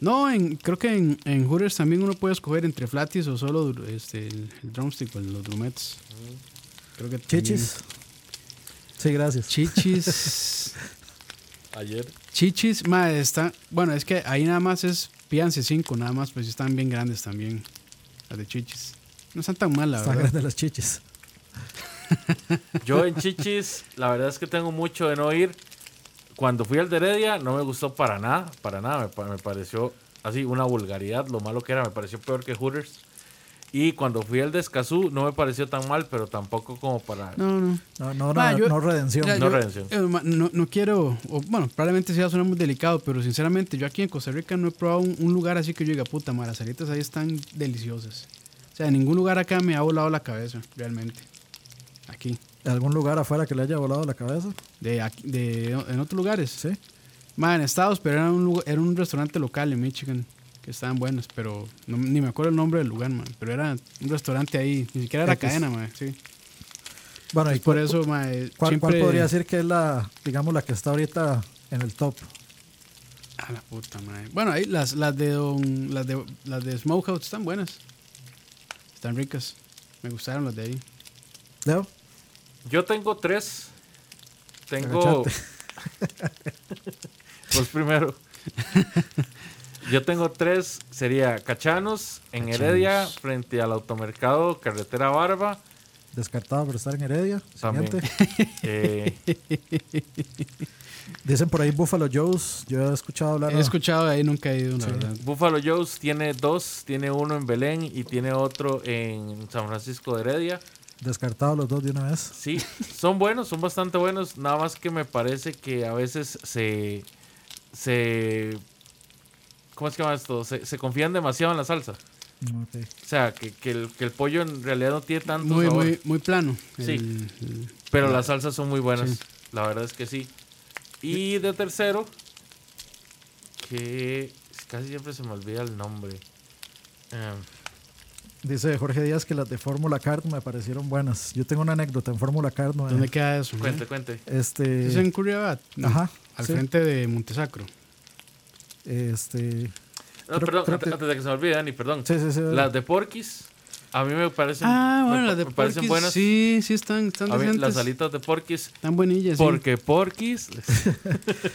C: No, en, creo que en, en Hooters también uno puede escoger entre flatis o solo dru- este, el, el drumstick o el- los drumettes. Creo que también-
D: Chichis. Sí, gracias.
C: Chichis.
B: Ayer.
C: Chichis, madre, está. Bueno, es que ahí nada más es. Pídanse cinco, nada más, pues están bien grandes también. Las de chichis. No están tan mal, la
D: Están
C: verdad.
D: grandes las chichis.
B: Yo en Chichis, la verdad es que tengo mucho de no ir. Cuando fui al de Heredia, no me gustó para nada, para nada. Me, pa- me pareció así una vulgaridad, lo malo que era, me pareció peor que Hooters. Y cuando fui al de Escazú, no me pareció tan mal, pero tampoco como para...
C: No, no.
D: No, no,
C: Ma,
D: no,
C: yo-
D: no redención.
C: Mira,
B: no
C: yo-
B: redención.
C: eh, ma, no, no quiero. o, bueno, probablemente sea suena muy delicado, pero sinceramente, yo aquí en Costa Rica no he probado un, un lugar así que yo diga, puta, madre, las alitas ahí están deliciosas. O sea, en ningún lugar acá me ha volado la cabeza, realmente. Aquí.
D: ¿Algún lugar afuera que le haya volado la cabeza?
C: De, aquí- de, en otros lugares.
D: Sí.
C: Ma, en Estados, pero era un, lugar- era un restaurante local en Michigan que estaban buenos, pero no- ni me acuerdo el nombre del lugar, man. Pero era un restaurante ahí, ni siquiera era
D: X.
C: cadena, man. Sí.
D: Bueno,
C: Entonces,
D: ¿y
C: por
D: cu-
C: eso, ma, eh,
D: ¿cuál, cuál
C: siempre-
D: podría decir que es la, digamos, la que está ahorita en el top?
C: A la puta, madre. Bueno, ahí las, las de don, las de las de Smokehouse están buenas. Están ricas. Me gustaron las de ahí.
D: Leo,
B: Yo tengo tres. Tengo... pues primero. Yo tengo tres. Sería Cachanos, en Heredia, frente al automercado Carretera Barba.
D: descartado por estar en Heredia.
B: También.
D: Siguiente.
B: Eh,
D: Dicen por ahí Buffalo Joe's. Yo he escuchado hablar.
C: He escuchado de ahí, nunca he ido, la verdad.
B: Buffalo Joe's tiene dos, tiene uno en Belén y tiene otro en San Francisco de Heredia.
D: Descartado los dos de una vez.
B: Sí, son buenos, son bastante buenos, nada más que me parece que a veces se... se ¿Cómo es que se llama esto? Se, se confían demasiado en la salsa. O
D: Mm, ok.
B: sea, que, que el, que el pollo en realidad no tiene tanto
C: Muy,
B: sabor,
C: muy, muy plano.
B: Sí.
C: El- el-
B: pero las salsas son muy buenas,
C: Sí.
B: la verdad es que sí. Y de tercero, que casi siempre se me olvida el nombre. Em,
D: Dice Jorge Díaz que las de Fórmula Card me parecieron buenas. Yo tengo una anécdota en Fórmula Card. mae.
C: ¿Dónde queda eso? man?
B: cuente, cuente.
D: Este.
C: ¿Es en Curriabat? No,
D: Ajá,
C: Al
D: sí.
C: frente de Montesacro.
D: Este.
B: No,
D: Creo-
B: perdón,
D: creo
B: ante- antes,
D: que-
B: de que se me olvide, Dani, perdón.
D: Sí, sí, sí.
B: Las de Porquis, a mí me parecen,
C: Ah, bueno,
B: me,
C: las de
B: me parecen
C: Porky's,
B: buenas.
C: Sí, sí, están, están
B: A mí
C: decentes.
B: las alitas de Porquis,
C: Están buenillas. sí.
B: porque Porquis,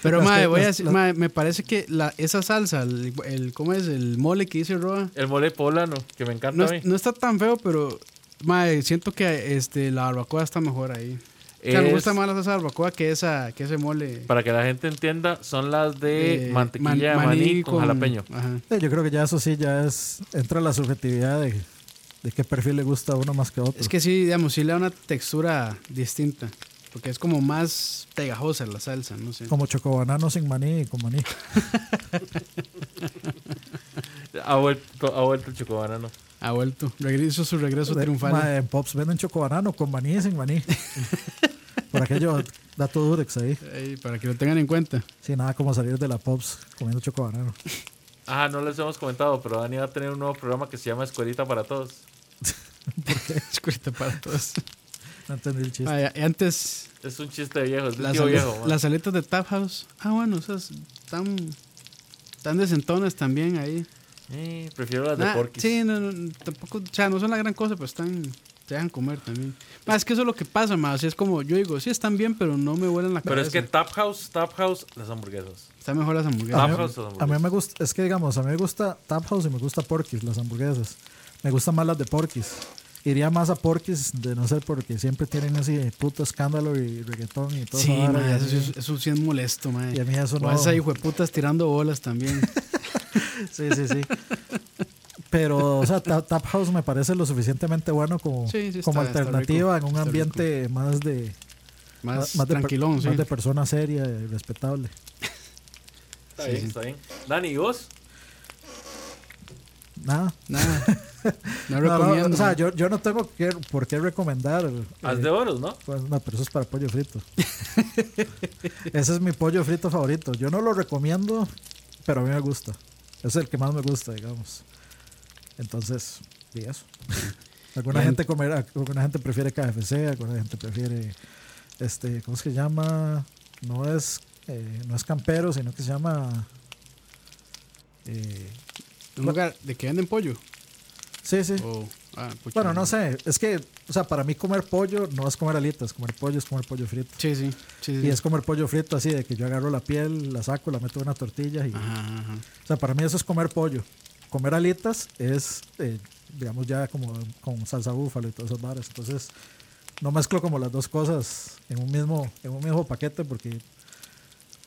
C: Pero,
D: Las
C: madre,
D: que-
C: voy a
D: las-
C: decir-
D: las-
C: madre, me parece que la, esa salsa, el, el- ¿cómo es? El mole que dice Roa,
B: el mole poblano, que me encanta
C: no,
B: a
C: es-
B: mí.
C: no está tan feo, pero, madre, siento que este, la barbacoa está mejor ahí. O sea, me
B: Es-
C: gusta más esa barbacoa que, esa, que ese mole.
B: Para que la gente entienda, son las de
C: eh,
B: mantequilla
C: man-
B: de maní con, jalapeño.
C: Ajá.
D: Eh, Yo creo que ya eso sí, ya es. Entra la subjetividad de, de qué perfil le gusta a uno más que a otro.
C: Es que sí, digamos, sí le da una textura distinta. Porque es como más pegajosa la salsa, no sé.
D: Como chocobanano sin maní y con maní.
B: Ha vuelto, ha vuelto el chocobanano.
C: Ha vuelto. Regreso su regreso
D: De-
C: triunfal. ¿eh?
D: ma, en Pops venden chocobanano con maní y sin maní. Por aquello, dato durex ahí.
C: Ey, para que lo tengan en cuenta.
D: Sí, nada como salir de la Pops comiendo chocobanano.
B: Ah, no les hemos comentado, pero Dani va a tener un nuevo programa que se llama Escuelita para Todos.
C: Escuelita para todos.
D: No entendí el chiste.
C: Ay, y antes,
B: Es un chiste viejo, es un
C: las,
B: tío
C: ale-
B: viejo. man.
C: las aletas de Tap House. Ah, bueno, esas tan, tan decentonas también ahí.
B: Eh, prefiero las de
C: Nah,
B: Porky.
C: Ah, sí, no, no, tampoco, o sea, no son la gran cosa, pero están, te dejan comer también. Más es que eso es lo que pasa, más. es como, yo digo, sí están bien, pero no me vuelan la
B: Pero
C: cabeza.
B: es que Tap House, Tap House, las hamburguesas.
C: Está mejor las
D: A
C: hamburguesas.
D: mí,
B: Tap House o
D: a mí
B: hamburguesas.
D: me gusta, es que digamos, a mí me gusta Tap House y me gusta Porky's, las hamburguesas. Me gustan más las de Porky's. Iría más a Porky's de no ser porque siempre tienen ese puto escándalo y reggaetón y todo
C: Sí,
D: eso.
C: ma, eso, sí es- eso sí es molesto, ma.
D: Y a mí eso
C: O
D: no.
C: esas hijueputas tirando bolas también.
D: Sí, sí, sí. Pero, o sea, Ta- Tap House me parece lo suficientemente bueno como,
C: Sí, sí, está-
D: como
C: está
D: alternativa
C: rico,
D: en un
C: está
D: ambiente más de
C: Más,
D: de per-
C: tranquilón, sí.
D: más de persona seria y respetable.
B: Está bien, está bien. Dani, ¿y vos?
D: Nada.
C: Nada. No
D: No, no,
C: recomiendo.
D: o sea, yo, yo no tengo que- por qué recomendar. eh,
B: Haz de oros, ¿no?
D: pues, no, pero eso es para pollo frito. Ese es mi pollo frito favorito. Yo no lo recomiendo, pero a mí me gusta. Es el que más me gusta, digamos. Entonces, y eso. Alguna
C: Bien.
D: gente comerá, alguna gente prefiere KFC, alguna gente prefiere este, ¿cómo es que se llama? No es eh, no es campero, sino que se llama eh,
C: Un lugar de que venden pollo.
D: Sí,
B: Oh,
D: sí.
C: O- ah, pucha,
D: Bueno, no sé, es que, o sea, para mí comer pollo no es comer alitas, comer pollo es comer pollo frito.
C: Sí, sí. sí, sí.
D: Y es comer pollo frito así, de que yo agarro la piel, la saco, la meto en una tortilla. Y,
C: Ajá, ajá, ajá.
D: o sea, para mí eso es comer pollo. Comer alitas es, eh, digamos, ya como con salsa búfalo y todas esas varas. Entonces, no mezclo como las dos cosas en un mismo, en un mismo paquete porque,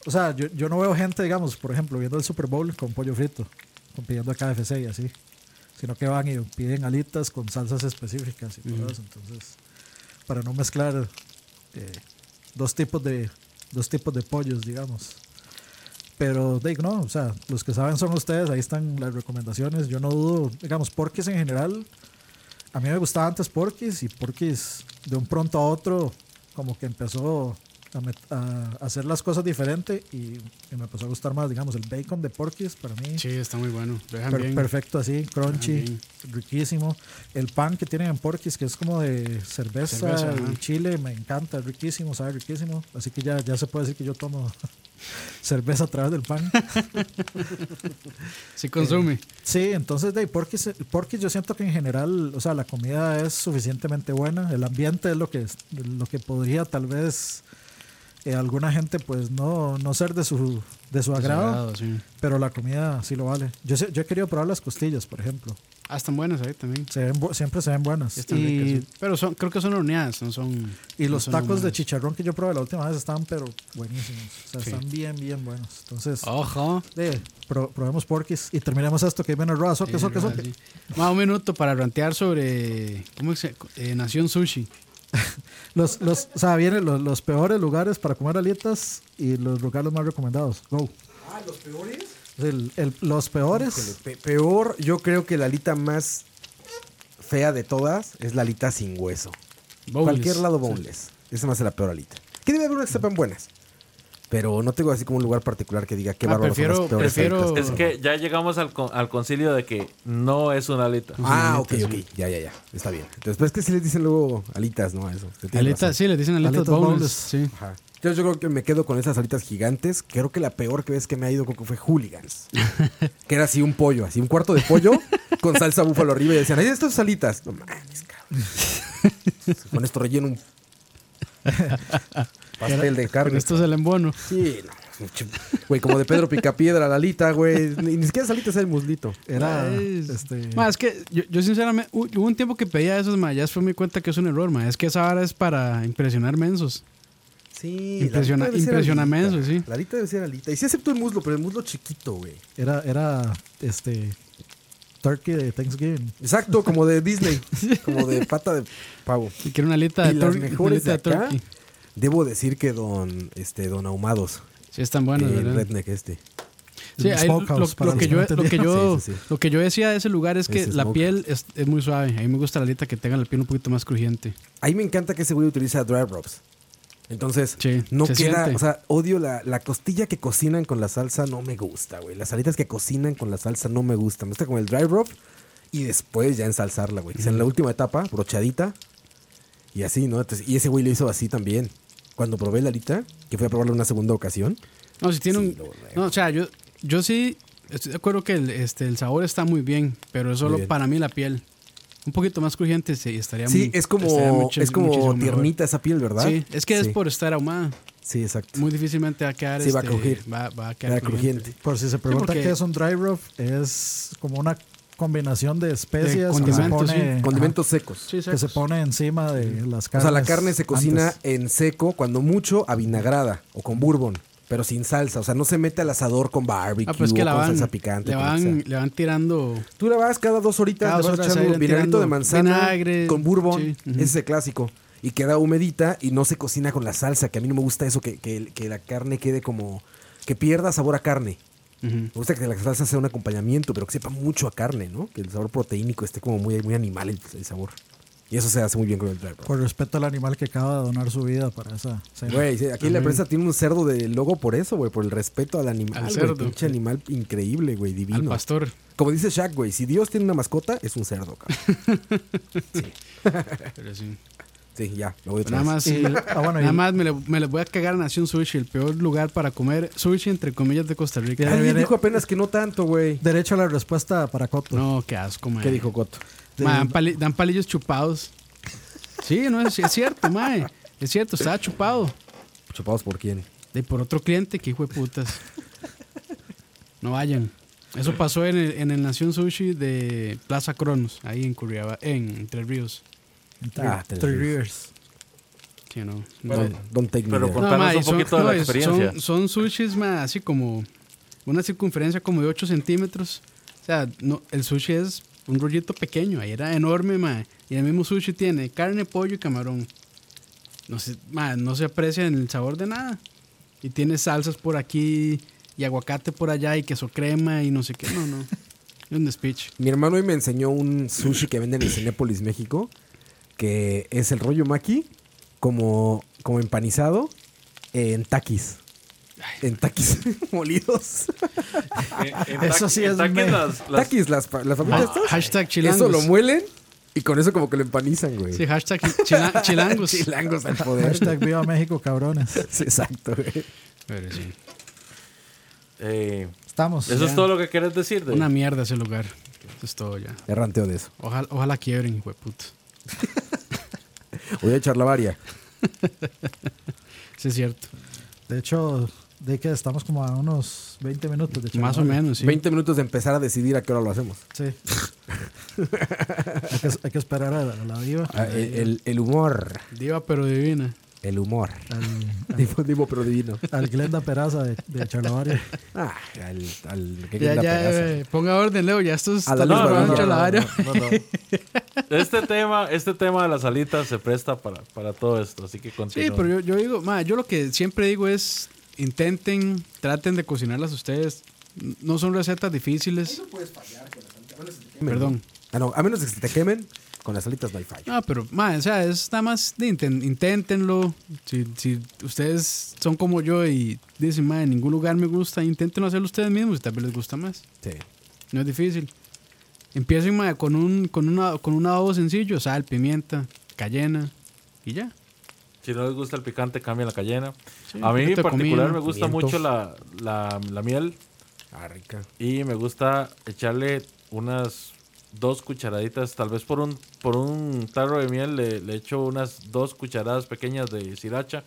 D: o sea, yo, yo no veo gente, digamos, por ejemplo, viendo el Super Bowl con pollo frito, con pidiendo a KFC y así. Sino que van y piden alitas con salsas específicas y todo eso. Entonces, para no mezclar eh, dos tipos de dos tipos de pollos, digamos. Pero Dave, no, o sea, los que saben son ustedes, ahí están las recomendaciones. Yo no dudo, digamos, Porky's en general. A mí me gustaba antes Porky's y Porky's de un pronto a otro como que empezó a, met- a hacer las cosas diferente y, y me empezó a gustar más, digamos, el bacon de Porky's para mí.
C: Sí, está muy bueno. Lo dejan
D: per-
C: bien.
D: perfecto así, crunchy,
C: bien.
D: riquísimo. El pan que tienen en Porky's que es como de cerveza,
C: Cerveza,
D: y
C: ajá.
D: chile, me encanta, es riquísimo, sabe riquísimo. Así que ya, ya se puede decir que yo tomo cerveza a través del pan.
C: Sí consume.
D: Sí, entonces de ahí, Porky's, Porky's yo siento que en general, o sea, la comida es suficientemente buena, el ambiente es lo que, es- lo que podría tal vez eh, alguna gente pues no, no ser de su, de su agrado,
C: Sagrado, sí.
D: pero la comida sí lo vale. Yo, sé- yo he querido probar las costillas, por ejemplo,
C: Ah, están buenas ahí también.
D: se ven bu- siempre se ven buenas.
C: Están
D: y,
C: ricas, sí. Pero son, creo que son horneadas, no son.
D: y
C: no
D: los
C: son
D: tacos de
C: ahumadas.
D: chicharrón que yo probé la última vez estaban pero buenísimos, o sea,
C: Sí. Ah.
D: están bien, bien buenos. Entonces,
C: Ojo.
D: de, pro- probemos Porky's y terminemos esto que viene Roa, soque,
C: Sí,
D: soque,
C: ¿verdad?
D: soque.
C: Sí. Más un minuto para rantear sobre. ¿Cómo se eh, Nación Sushi.
D: Los, los, o sea, vienen los, los peores lugares para comer alitas y los lugares más recomendados. Go.
E: Ah, los peores.
D: El- el- los peores.
E: Pe- peor, yo creo que la alita más fea de todas es la alita sin hueso.
C: Bowls.
E: Cualquier lado bowles. Esa más es la peor alita. Que debe haber unas que sepan buenas. Pero no tengo así como un lugar particular que diga qué
C: Ah,
E: bárbaro
C: prefiero-
E: son las peores
C: prefiero-
E: alitas.
B: Es que ya llegamos al, con- al concilio de que no es una alita.
E: Ah, ok, ok. Ya, ya, ya. Está bien. Entonces, pues que si les dicen luego alitas, ¿no? A eso. Usted tiene razón.
C: Alitas, sí, les dicen alitas,
D: Alitas
C: bowls.
D: bowls.
C: Sí.
E: Ajá. Yo, yo creo que me quedo con esas alitas gigantes. Creo que la peor que vez que me ha ido creo que fue Hooligans. que era así un pollo, así un cuarto de pollo con salsa búfalo arriba y decían, ¡ay, estas alitas! No mames, cabrón. con esto relleno un pastel de
C: Pero
E: carne.
C: esto es el embono.
E: Sí, no. Güey, como de Pedro Picapiedra, la alita, güey. Ni, ni siquiera es alita, es el muslito.
D: Era.
C: Es-
D: Este,
C: Ma, es que yo, yo sinceramente, hu- hubo un tiempo que pedía esos mayas, fue mi cuenta que es un error, ma. Es que esa vara es para impresionar mensos.
E: Sí.
C: Impresiona-
E: la alita debe ser
C: impresioname
E: alita.
C: eso, sí.
E: La alita debe ser alita. Y sí acepto el muslo, pero el muslo chiquito, güey.
D: era, era. Este. Turkey de Thanksgiving.
E: Exacto, como de Disney. como de pata de pavo.
C: Y quiero una alita
E: y
C: de,
E: las
C: tur- una
E: mejores de
C: alita de
E: acá, debo decir que don, este, don Ahumados,
C: Sí, están buenas,
E: el
C: ¿verdad?
E: redneck este.
C: Sí,
D: El
C: ahí lo,
D: smokehouse,
C: lo-
D: para
C: lo que
D: los que
C: yo,
D: no
C: lo, que yo,
E: entendieron. Sí, sí, sí.
C: lo que yo decía de ese lugar es que
E: Ese
C: la
E: smokehouse.
C: piel es, es muy suave. A mí me gusta la alita que tenga la piel un poquito más crujiente.
E: Ahí me encanta que ese güey utiliza dry rubs. Entonces,
C: Sí,
E: no
C: se
E: queda,
C: siente.
E: o sea, odio la, la costilla que cocinan con la salsa, no me gusta, güey. Las alitas que cocinan con la salsa no me gustan. Me gusta como el dry rub y después ya ensalzarla, güey. Quizá en la última etapa, brochadita. Y así, ¿no? Entonces, y ese güey lo hizo así también. Cuando probé la alita, que fui a probarla una segunda ocasión.
C: No, si tiene
E: Sí,
C: un.
E: lo borré.
C: No, o sea, yo, yo sí estoy de acuerdo que el, este, el sabor está muy bien, pero es solo
E: bien.
C: para mí la piel. Un poquito más crujiente sí, estaría
E: Sí,
C: muy-
E: es
C: estaría
E: como,
C: mucho-
E: es
C: muchísimo
E: como
C: mejor.
E: tiernita esa piel, ¿verdad?
C: Sí, es que es
E: Sí,
C: por estar ahumada.
E: Sí, exacto.
C: Muy difícilmente va a quedar.
E: Sí, va a
C: este,
E: crujir.
C: Va, va a quedar
E: Era crujiente.
D: Por si se pregunta
C: porque-
D: qué es un dry rub, es como una combinación de
C: De
D: especias que se
C: condimentos,
D: pone,
E: Condimentos secos.
C: Sí,
D: ajá, que se
C: exacto.
D: pone encima de las
E: O
D: carnes.
E: sea, la carne se cocina
D: antes.
E: en seco, cuando mucho, a vinagrada o con bourbon, pero sin salsa. O sea, no se mete al asador con barbecue
C: Ah, pues que
E: o
C: la
E: con
C: van,
E: salsa picante.
C: le,
E: con lo que
C: van,
E: sea.
C: le van tirando.
E: Tú la vas cada dos horitas,
C: Cada
E: le
C: dos
E: vas
C: horas Ah, ahí
E: echando
C: le
E: vinagrito
C: tirando
E: de manzana
C: vinagre,
E: con bourbon.
C: sí, ujú.
E: Ese es el clásico. Y queda humedita y no se cocina con la salsa, que a mí no me gusta eso, que, que- que la carne quede como... que pierda sabor a carne.
C: Ujú.
E: Me gusta que la salsa sea un acompañamiento, pero que sepa mucho a carne, ¿no? Que el sabor proteínico esté como muy, muy animal el, el sabor. Y eso se hace muy bien con el dry rub.
D: Por respeto al animal que acaba de donar su vida para esa cena.
E: Güey, sí, aquí en la prensa tiene un cerdo de logo por eso, güey, por el respeto al animal.
C: Al
E: güey,
C: cerdo.
E: pinche animal increíble, güey,
C: Al
E: divino.
C: pastor.
E: Como dice Shaq, güey, si Dios tiene una mascota, es un cerdo, cabrón.
C: Pero sí.
E: Sí, ya, lo voy otra
C: Nada
E: vez.
C: más, eh,
D: Y- ah, bueno,
C: nada
D: y-
C: más me, le, me le voy a cagar a Nación Sushi, el peor lugar para comer sushi, entre comillas, de Costa Rica.
E: Alguien
D: viene-
E: dijo apenas que no tanto, güey.
D: Derecho a la respuesta para Coto.
C: No, qué asco, man.
E: ¿Qué dijo Coto?
C: Ma, dan, pali- dan palillos chupados. Sí, no es, es cierto, mae. Es cierto, estaba chupado.
E: ¿Chupados por quién?
C: De por otro cliente, que hijo de putas. No vayan. Eso pasó en el, en el Nación Sushi de Plaza Cronos, ahí en Curriaba, en Tres Ríos.
E: Ah, te
D: Three
E: digo.
D: Rivers.
C: Sí, no.
E: Bueno,
C: No.
E: don't take me
B: pero
E: there.
B: con- Contanos
C: mae,
B: un poquito de la
C: es-
B: experiencia.
C: Son, son sushis, mae, así como una circunferencia como de 8 centímetros. O sea, no, el sushi es un rollito pequeño, ahí era enorme, mae. Y el mismo sushi tiene carne, pollo y camarón. No se, mae, no se aprecia en el sabor de nada. Y tiene salsas por aquí y aguacate por allá y queso crema y no sé qué. No, no. Es un speech.
E: Mi hermano hoy me enseñó un sushi que venden en Cinépolis, México, que es el rollo maki, como, como empanizado, en taquis. En taquis molidos.
B: Eh,
D: Eso sí es me-
B: las, las-
E: Takis, las, pa- las
C: Ah,
E: familias estas.
C: Hashtag chilangos.
E: Eso lo muelen y con eso como que lo empanizan, güey.
C: Sí, hashtag chila- chilangos.
E: Chilangos al poder.
D: Hashtag Viva México, cabrones.
E: Sí, exacto, güey.
C: Pero sí,
B: eh,
D: Estamos.
B: eso es
D: ya.
B: todo lo que quieres decir. De,
C: Una mierda ese lugar. Eso es todo ya.
E: Erranteo de eso.
C: Ojalá, ojalá quiebren, hijo de puta.
E: Voy a echar la varia.
C: Sí, es cierto.
D: De hecho, de que estamos como a unos 20 minutos de
C: Más o
D: charla.
C: menos, sí.
E: 20 minutos de empezar a decidir a qué hora lo hacemos.
D: Sí. hay, que, hay que esperar a la, a la viva.
E: Ah, el, el- el humor.
C: Diva pero divina.
E: El humor.
D: Al,
E: Divo, divo, pero divino.
D: al Glenda Peraza de, de Charlavaria.
E: Ah, al, al que
C: Ya,
E: la
C: ya,
E: pedaza.
C: eh, ponga orden, Leo. Ya esto es...
E: A la
C: está
E: luz,
C: muy
E: no, no,
C: rancho la área.
B: no, no. Este tema, este tema de las alitas se presta para, para todo esto, así que
C: Sí,
B: continúa.
C: pero yo, yo digo, ma, yo lo que siempre digo es intenten, traten de cocinarlas ustedes. No son recetas difíciles. Perdón.
E: Ah, no, a menos que se te quemen con las alitas wi
C: No, pero, ma, o sea, es nada más de inten- inténtenlo. Si, si ustedes son como yo y dicen, ma, en ningún lugar me gusta, inténtenlo hacerlo ustedes mismos y tal vez les gusta más.
E: Sí.
C: No es difícil. Empiecen mae, con un con una con un adobo sencillo, sal, pimienta, cayena y ya.
B: Si no les gusta el picante, cambia la cayena.
C: Sí,
B: a mí en
C: poquito de
B: particular
C: comino,
B: me gusta
E: pimientos.
B: mucho la, la, la miel
E: Ah, rica.
B: y me gusta echarle unas dos cucharaditas, tal vez por un, por un tarro de miel le, le echo unas dos cucharadas pequeñas de sriracha,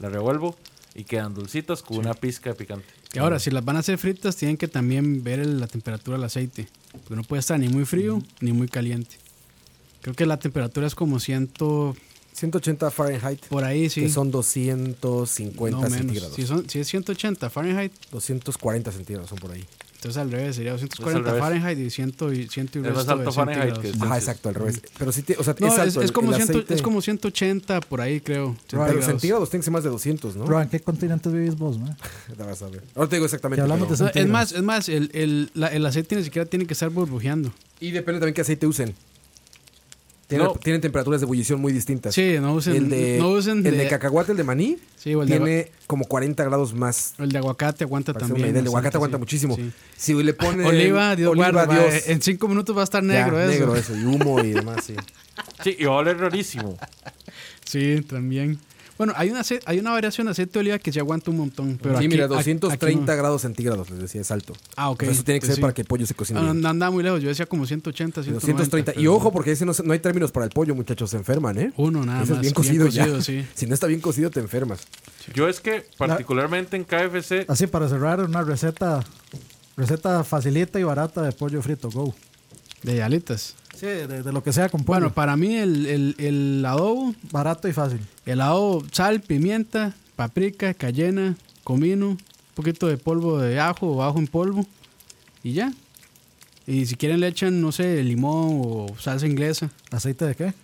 B: la revuelvo y quedan dulcitas con una pizca de picante.
C: Que ahora, si las van a hacer fritas, tienen que también ver el- la temperatura del aceite. Porque no puede estar ni muy frío ni muy caliente. Creo que la temperatura es como 100
E: 180 Fahrenheit,
C: por ahí, sí.
E: que son
C: no
E: 250
C: menos.
E: centígrados.
C: Si, son, si es 180 Fahrenheit,
E: 240 centígrados son por ahí.
C: entonces al revés sería
B: al
C: 240
B: revés.
C: Fahrenheit y 100 y 100 y
B: Es
C: resto
B: más alto
C: de
B: Fahrenheit que es-
C: centígrados.
E: Ajá,
B: Entonces-
E: exacto, al revés. Pero sí, te- o sea,
C: No, es,
E: alto,
C: es
E: el-
C: como
E: el
C: 100
E: aceite-
C: es como 180 por ahí, creo.
E: Pero los
C: centígrados.
E: centígrados tienen que ser más de 200, ¿no?
D: Bro, ¿en qué continente vivís vos, man?
E: Ya vas a ver. Ahora te digo exactamente.
D: Ya hablamos
E: pero-
D: de
C: No, es más, es más, el, el- la- el aceite ni siquiera tiene que estar burbujeando.
E: Y depende también qué aceite usen. Tienen,
B: No.
E: tienen temperaturas de ebullición muy distintas.
C: Sí, no usen,
E: el de,
C: no usen
E: el de cacahuate, el de maní,
C: Sí, o el de
E: tiene como 40 grados más.
C: el de aguacate aguanta
E: para hacer
C: también.
E: una idea. el de aguacate aguanta
C: bastante, sí,
E: muchísimo.
C: sí.
E: Si le ponen
C: Oliva, Dios
E: oliva,
C: guarda, va,
E: Dios.
C: en cinco minutos va a estar
E: Ya,
C: negro eso.
E: negro eso, y humo y demás, sí.
B: Sí, y va a oler rarísimo.
C: Sí, también. Bueno, hay una, ace- hay una variación de aceite de oliva que se aguanta un montón. Pero
E: sí,
C: aquí-
E: mira,
C: aquí-
E: 230
C: aquí no.
E: grados centígrados, les decía, es alto.
C: Ah, ok.
E: O sea, eso tiene que
C: Pues
E: ser
C: sí.
E: para que el pollo se cocine
C: Ah, no,
E: bien.
C: no andaba muy lejos, yo decía como 180, 190.
E: 230. Y
C: pero-
E: ojo, porque ese no, se- no hay términos para el pollo, muchachos, se enferman, ¿eh?
C: Uno nada
E: Ese
C: más.
E: es bien cocido, ya.
C: sí.
E: Si no está bien cocido, te enfermas.
B: Yo es que, particularmente en KFC,
D: Así para cerrar, una receta receta facilita y barata de pollo frito, go.
C: De alitas.
D: Sí, de, de lo que sea con pollo.
C: Bueno, para mí el, el, el adobo,
D: barato y fácil.
C: el adobo, sal, pimienta, paprika, cayena, comino, un poquito de polvo de ajo o ajo en polvo y ya. Y si quieren le echan, no sé, limón o salsa inglesa,
D: ¿Aceite de qué?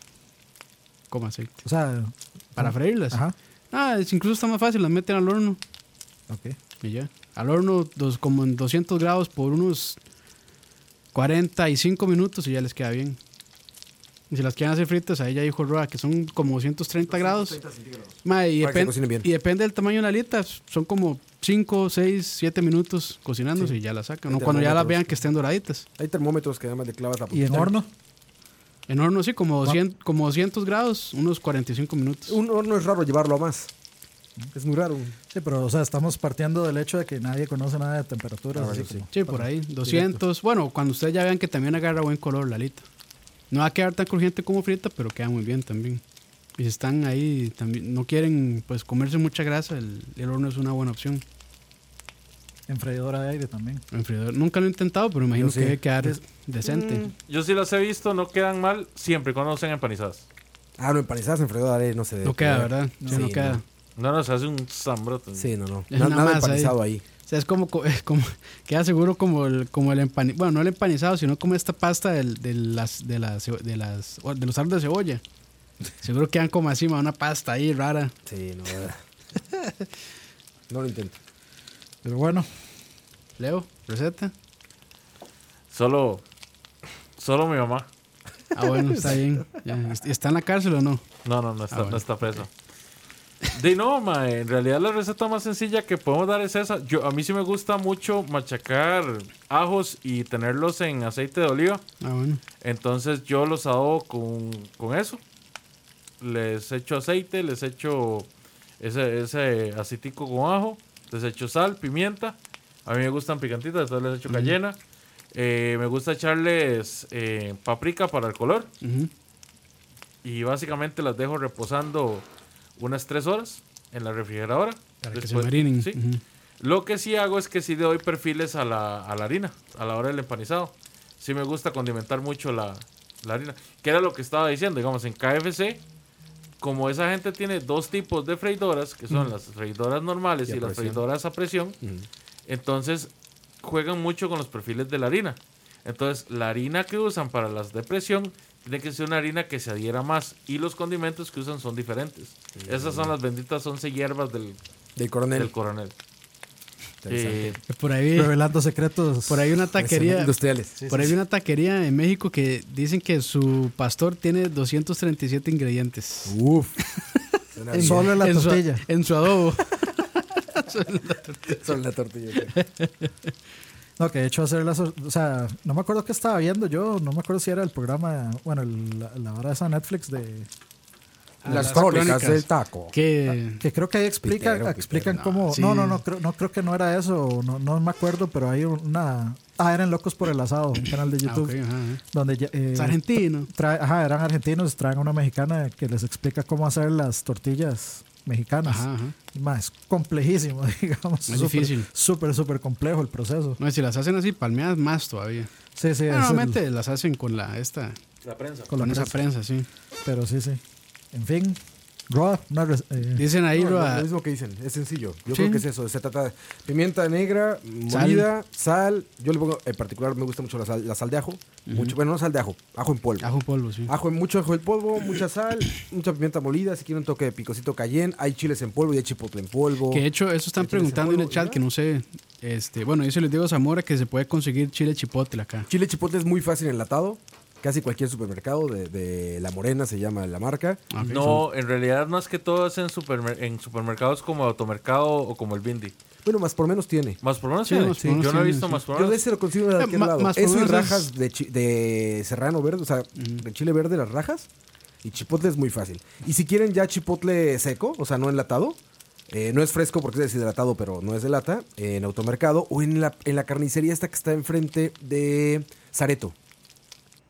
C: como aceite,
D: O sea,
C: para freírlas.
D: ajá.
C: Ah, es- incluso está más fácil, las meten al horno
D: Ok.
C: y ya. Al horno dos, como en 200 grados por unos 45 minutos y ya les queda bien. Y si las quieren hacer fritas, ahí ya dijo Roa, que son como 230 grados. Ma, y,
E: Para que se
C: depen-
E: cocinen bien.
C: y depende del tamaño de la alita, son como 5, 6, 7 minutos cocinándose y ya la sacan. ¿no?
E: Hay
C: Cuando ya las
E: termómetros.
C: vean que estén doraditas.
E: Hay termómetros que además le clavas la
D: ¿Y en
E: puntita.
D: horno?
C: En horno, sí, como 200, como 200 grados, unos 45 minutos.
E: Un horno es raro llevarlo a más. Es muy raro.
D: Sí, pero o sea, estamos partiendo del hecho de que nadie conoce nada de temperaturas. así como-
C: Sí, por ahí, 200. Bueno, cuando ustedes ya vean que también agarra buen color la alita. No va a quedar tan crujiente como frita, pero queda muy bien también. Y si están ahí, también no quieren pues comerse mucha grasa, el, el horno es una buena opción.
D: En freidora de aire también.
C: En freidor, nunca lo he intentado, pero me imagino
E: sí.
C: que debe quedar decente.
B: yo sí las he visto, no quedan mal siempre y cuando no sean empanizadas.
E: Ah, no, empanizadas en freidora de aire no se debe
C: No queda,
E: poner.
C: ¿verdad? Sí,
E: Sí,
C: no queda.
B: No nos hace un zambrote.
E: Sí, no, no.
C: Es
E: Na-
C: una
E: nada
C: masa ahí.
E: empanizado ahí.
C: O sea, es como, co- como- queda seguro como el, como el empanizado, bueno, no el empanizado, sino como esta pasta del- de, las, de, las, cebo- de, las, de los árboles de cebolla. Seguro quedan como así, ma, una pasta ahí rara.
E: Sí, no. no lo intento.
D: Pero bueno,
C: Leo, receta.
B: Solo, solo mi mamá.
C: Ah, bueno, está bien. Ya. ¿Est- ¿Está en la cárcel o no?
B: No, no, no está,
C: Ah, bueno.
B: no está preso. De no, ma, en realidad la receta más sencilla que podemos dar es esa. Yo, a mí sí me gusta mucho machacar ajos y tenerlos en aceite de oliva.
C: Ah, bueno.
B: Entonces yo los adobo con, con eso. Les echo aceite, les echo ese, ese aceitico con ajo, les echo sal, pimienta. A mí me gustan picantitas, entonces les echo cayena. Eh, me gusta echarles eh, paprika para el color
C: Ujú.
B: y básicamente las dejo reposando unas 3 horas en la refrigeradora.
C: Para que se
B: Después-
C: marinen.
B: sí.
C: Ujú.
B: Lo que sí hago es que sí le doy perfiles a la, a la harina, a la hora del empanizado. Sí me gusta condimentar mucho la, la harina. Que era lo que estaba diciendo, digamos, en KFC, como esa gente tiene dos tipos de freidoras, que
C: Mm.
B: son las freidoras normales
E: Y
B: y,
E: a
B: las
E: presión.
B: freidoras a presión, entonces juegan mucho con los perfiles de la harina. Entonces, la harina que usan para las de presión tiene que ser una harina que se adhiera más y los condimentos que usan son diferentes.
C: Mm.
B: Esas son las benditas 11 hierbas del,
E: Del coronel.
B: del coronel.
E: Interesante.
B: Eh,
C: Por ahí,
D: revelando secretos.
C: por ahí una taquería.
E: Industriales.
C: Por ahí hay una taquería en México que dicen que su pastor tiene 237 ingredientes.
E: Uf. Suena bien.
D: Solo en la
C: en, su,
D: tortilla.
C: en su adobo.
E: Solo la tortilla.
D: No, que de hecho hacer las... O sea, no me acuerdo qué estaba viendo yo. No me acuerdo si era el programa... Bueno, el- la, la hora esa Netflix de...
E: Las
C: las
E: crónicas
C: crónicas.
E: del taco.
C: que ah,
D: Que creo que ahí explica,
E: Pitero,
D: explican
C: pitero,
D: cómo...
C: no, sí.
D: No, no, no creo, no creo que no era eso. No, no me acuerdo, pero hay una... Ah, eran Locos por el Asado, un canal de
C: Ah,
D: YouTube.
C: ok, ajá, ajá.
D: Donde ya- eh,
C: es argentino.
D: trae- ajá, eran argentinos, traen una mexicana que les explica cómo hacer las tortillas mexicanas.
C: Ajá, ajá.
D: Más complejísimo, digamos.
C: Más
D: Súper-
C: difícil.
D: Súper, súper complejo el proceso.
C: No, si las hacen así, palmeadas más todavía.
D: Sí, sí,
C: Ah,
D: es el-
C: Normalmente las hacen con la esta,
B: la prensa.
D: con la
C: con esa
D: prensa.
C: prensa, sí.
D: Pero sí, sí. En fin, Roa, una res- eh,
C: Dicen ahí
E: No,
C: lo,
E: lo, lo mismo que dicen, es sencillo. Yo
C: Sí.
E: creo que es eso. Se trata de pimienta negra, molida, sal. Yo le pongo, en particular, me gusta mucho la sal, la sal de ajo. mucho, bueno, no sal de ajo, ajo en polvo.
C: ajo en polvo, sí.
E: Ajo, mucho ajo en polvo, mucha sal, mucha pimienta molida. Si quieren un toque de picocito cayenne, hay chiles en polvo y hay chipotle en polvo.
C: Que de hecho, eso están
E: ¿Qué chiles en
C: preguntando en el
E: polvo?
C: chat,
E: Ya.
C: que no sé. Este, bueno, yo se les digo a Zamora que se puede conseguir chile chipotle acá.
E: Chile chipotle es muy fácil enlatado. Casi cualquier supermercado de, de La Morena se llama la marca.
C: Ok.
B: No, en realidad más que todo es en, supermer- en supermercados como Automercado o como el Bindi.
E: Bueno, más por menos tiene.
B: Más por menos
C: Sí,
B: tiene.
C: más por menos
B: Yo no he
C: tiene,
B: visto
C: sí.
B: más por
E: Yo de
B: menos.
E: ese lo consigo de
C: Eh,
E: cualquier
C: ma-
E: lado.
C: más
E: Eso y
C: por menos
E: rajas de, chi- de serrano verde, o sea, de chile verde, las rajas. Y chipotle es muy fácil. Y si quieren ya chipotle seco, o sea, no enlatado, eh, no es fresco porque es deshidratado, pero no es de lata, eh, en automercado o en la, en la carnicería esta que está enfrente de Zareto.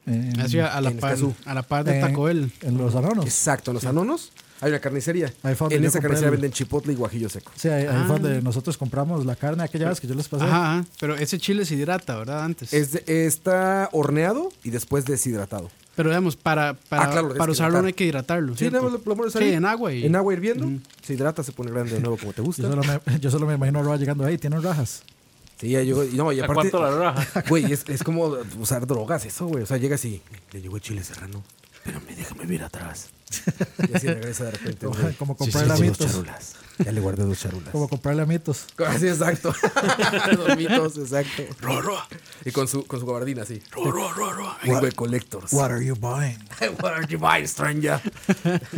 D: En,
C: Así a, a la
E: en
C: par,
E: Escazú.
C: a la par
E: Eh,
C: de
D: en-
C: Taco Bell.
D: eh, en los aronos.
E: Exacto, en los anonos hay una carnicería.
D: Oh, Ahí fue donde
E: En
D: yo
E: esa
D: compré
E: carnicería
D: el-
E: venden chipotle y guajillo seco.
D: Sí, ahí, ahí
C: Ah.
D: fue donde nosotros compramos la carne aquella vez que yo les pasé.
C: Ajá, ajá, pero ese chile se hidrata, ¿verdad? Antes.
E: Es de- está horneado y después deshidratado.
C: pero digamos, para, para,
E: Ah, claro, lo tienes
C: para
E: que
C: usarlo
E: hidratar.
C: no hay que hidratarlo.
E: Sí,
C: ¿cierto?
E: nada más lo, lo pones
C: Sí,
E: ahí.
C: en agua y-
E: En agua hirviendo. Se hidrata, se pone grande de nuevo como te
D: Yo
E: gusta.
D: solo, me, yo solo me imagino a Roa llegando ahí, tienen rajas.
E: Sí, ya llegó. y No, y
B: ¿A
E: aparte.
B: cuánto la raja?
E: Güey, es, es como usar drogas eso, güey. O sea, llegas y le llegó el chile serrano. Espérame, déjame ver atrás. Y así regresa de repente.
D: Como,
E: güey.
D: como
E: Sí,
D: comprarle
E: sí,
D: a
E: dos
D: mitos.
E: charolas. Ya le guardé dos charolas.
D: Como comprarle a mitos.
E: Así, exacto. Los mitos, exacto. Y con su, con su gabardina, así. Roa, roa, roa, roa. Güey, collectors.
D: What are you buying?
E: What are you buying, stranger?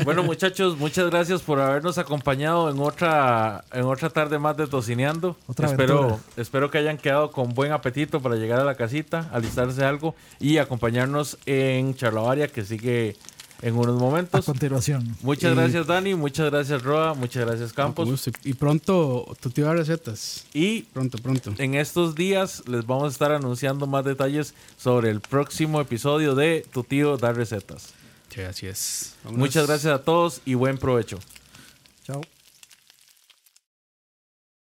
B: Bueno, muchachos, muchas gracias por habernos acompañado en otra, en otra tarde más de Tocineando.
D: Otra
B: espero,
D: aventura.
B: espero que hayan quedado con buen apetito para llegar a la casita, alistarse algo y acompañarnos en Charlavaria, que sigue en unos
D: A
B: momentos.
D: continuación.
B: Muchas
C: Y-
B: gracias, Dani. Muchas gracias, Roa. Muchas gracias,
C: Con
B: Campos.
C: gusto. Y pronto tu tío da recetas.
B: Y
C: Pronto, pronto.
B: en estos días les vamos a estar anunciando más detalles sobre el próximo episodio de Tu tío da recetas.
C: Sí, así es. Vámonos.
B: Muchas gracias a todos y buen provecho.
D: Chao.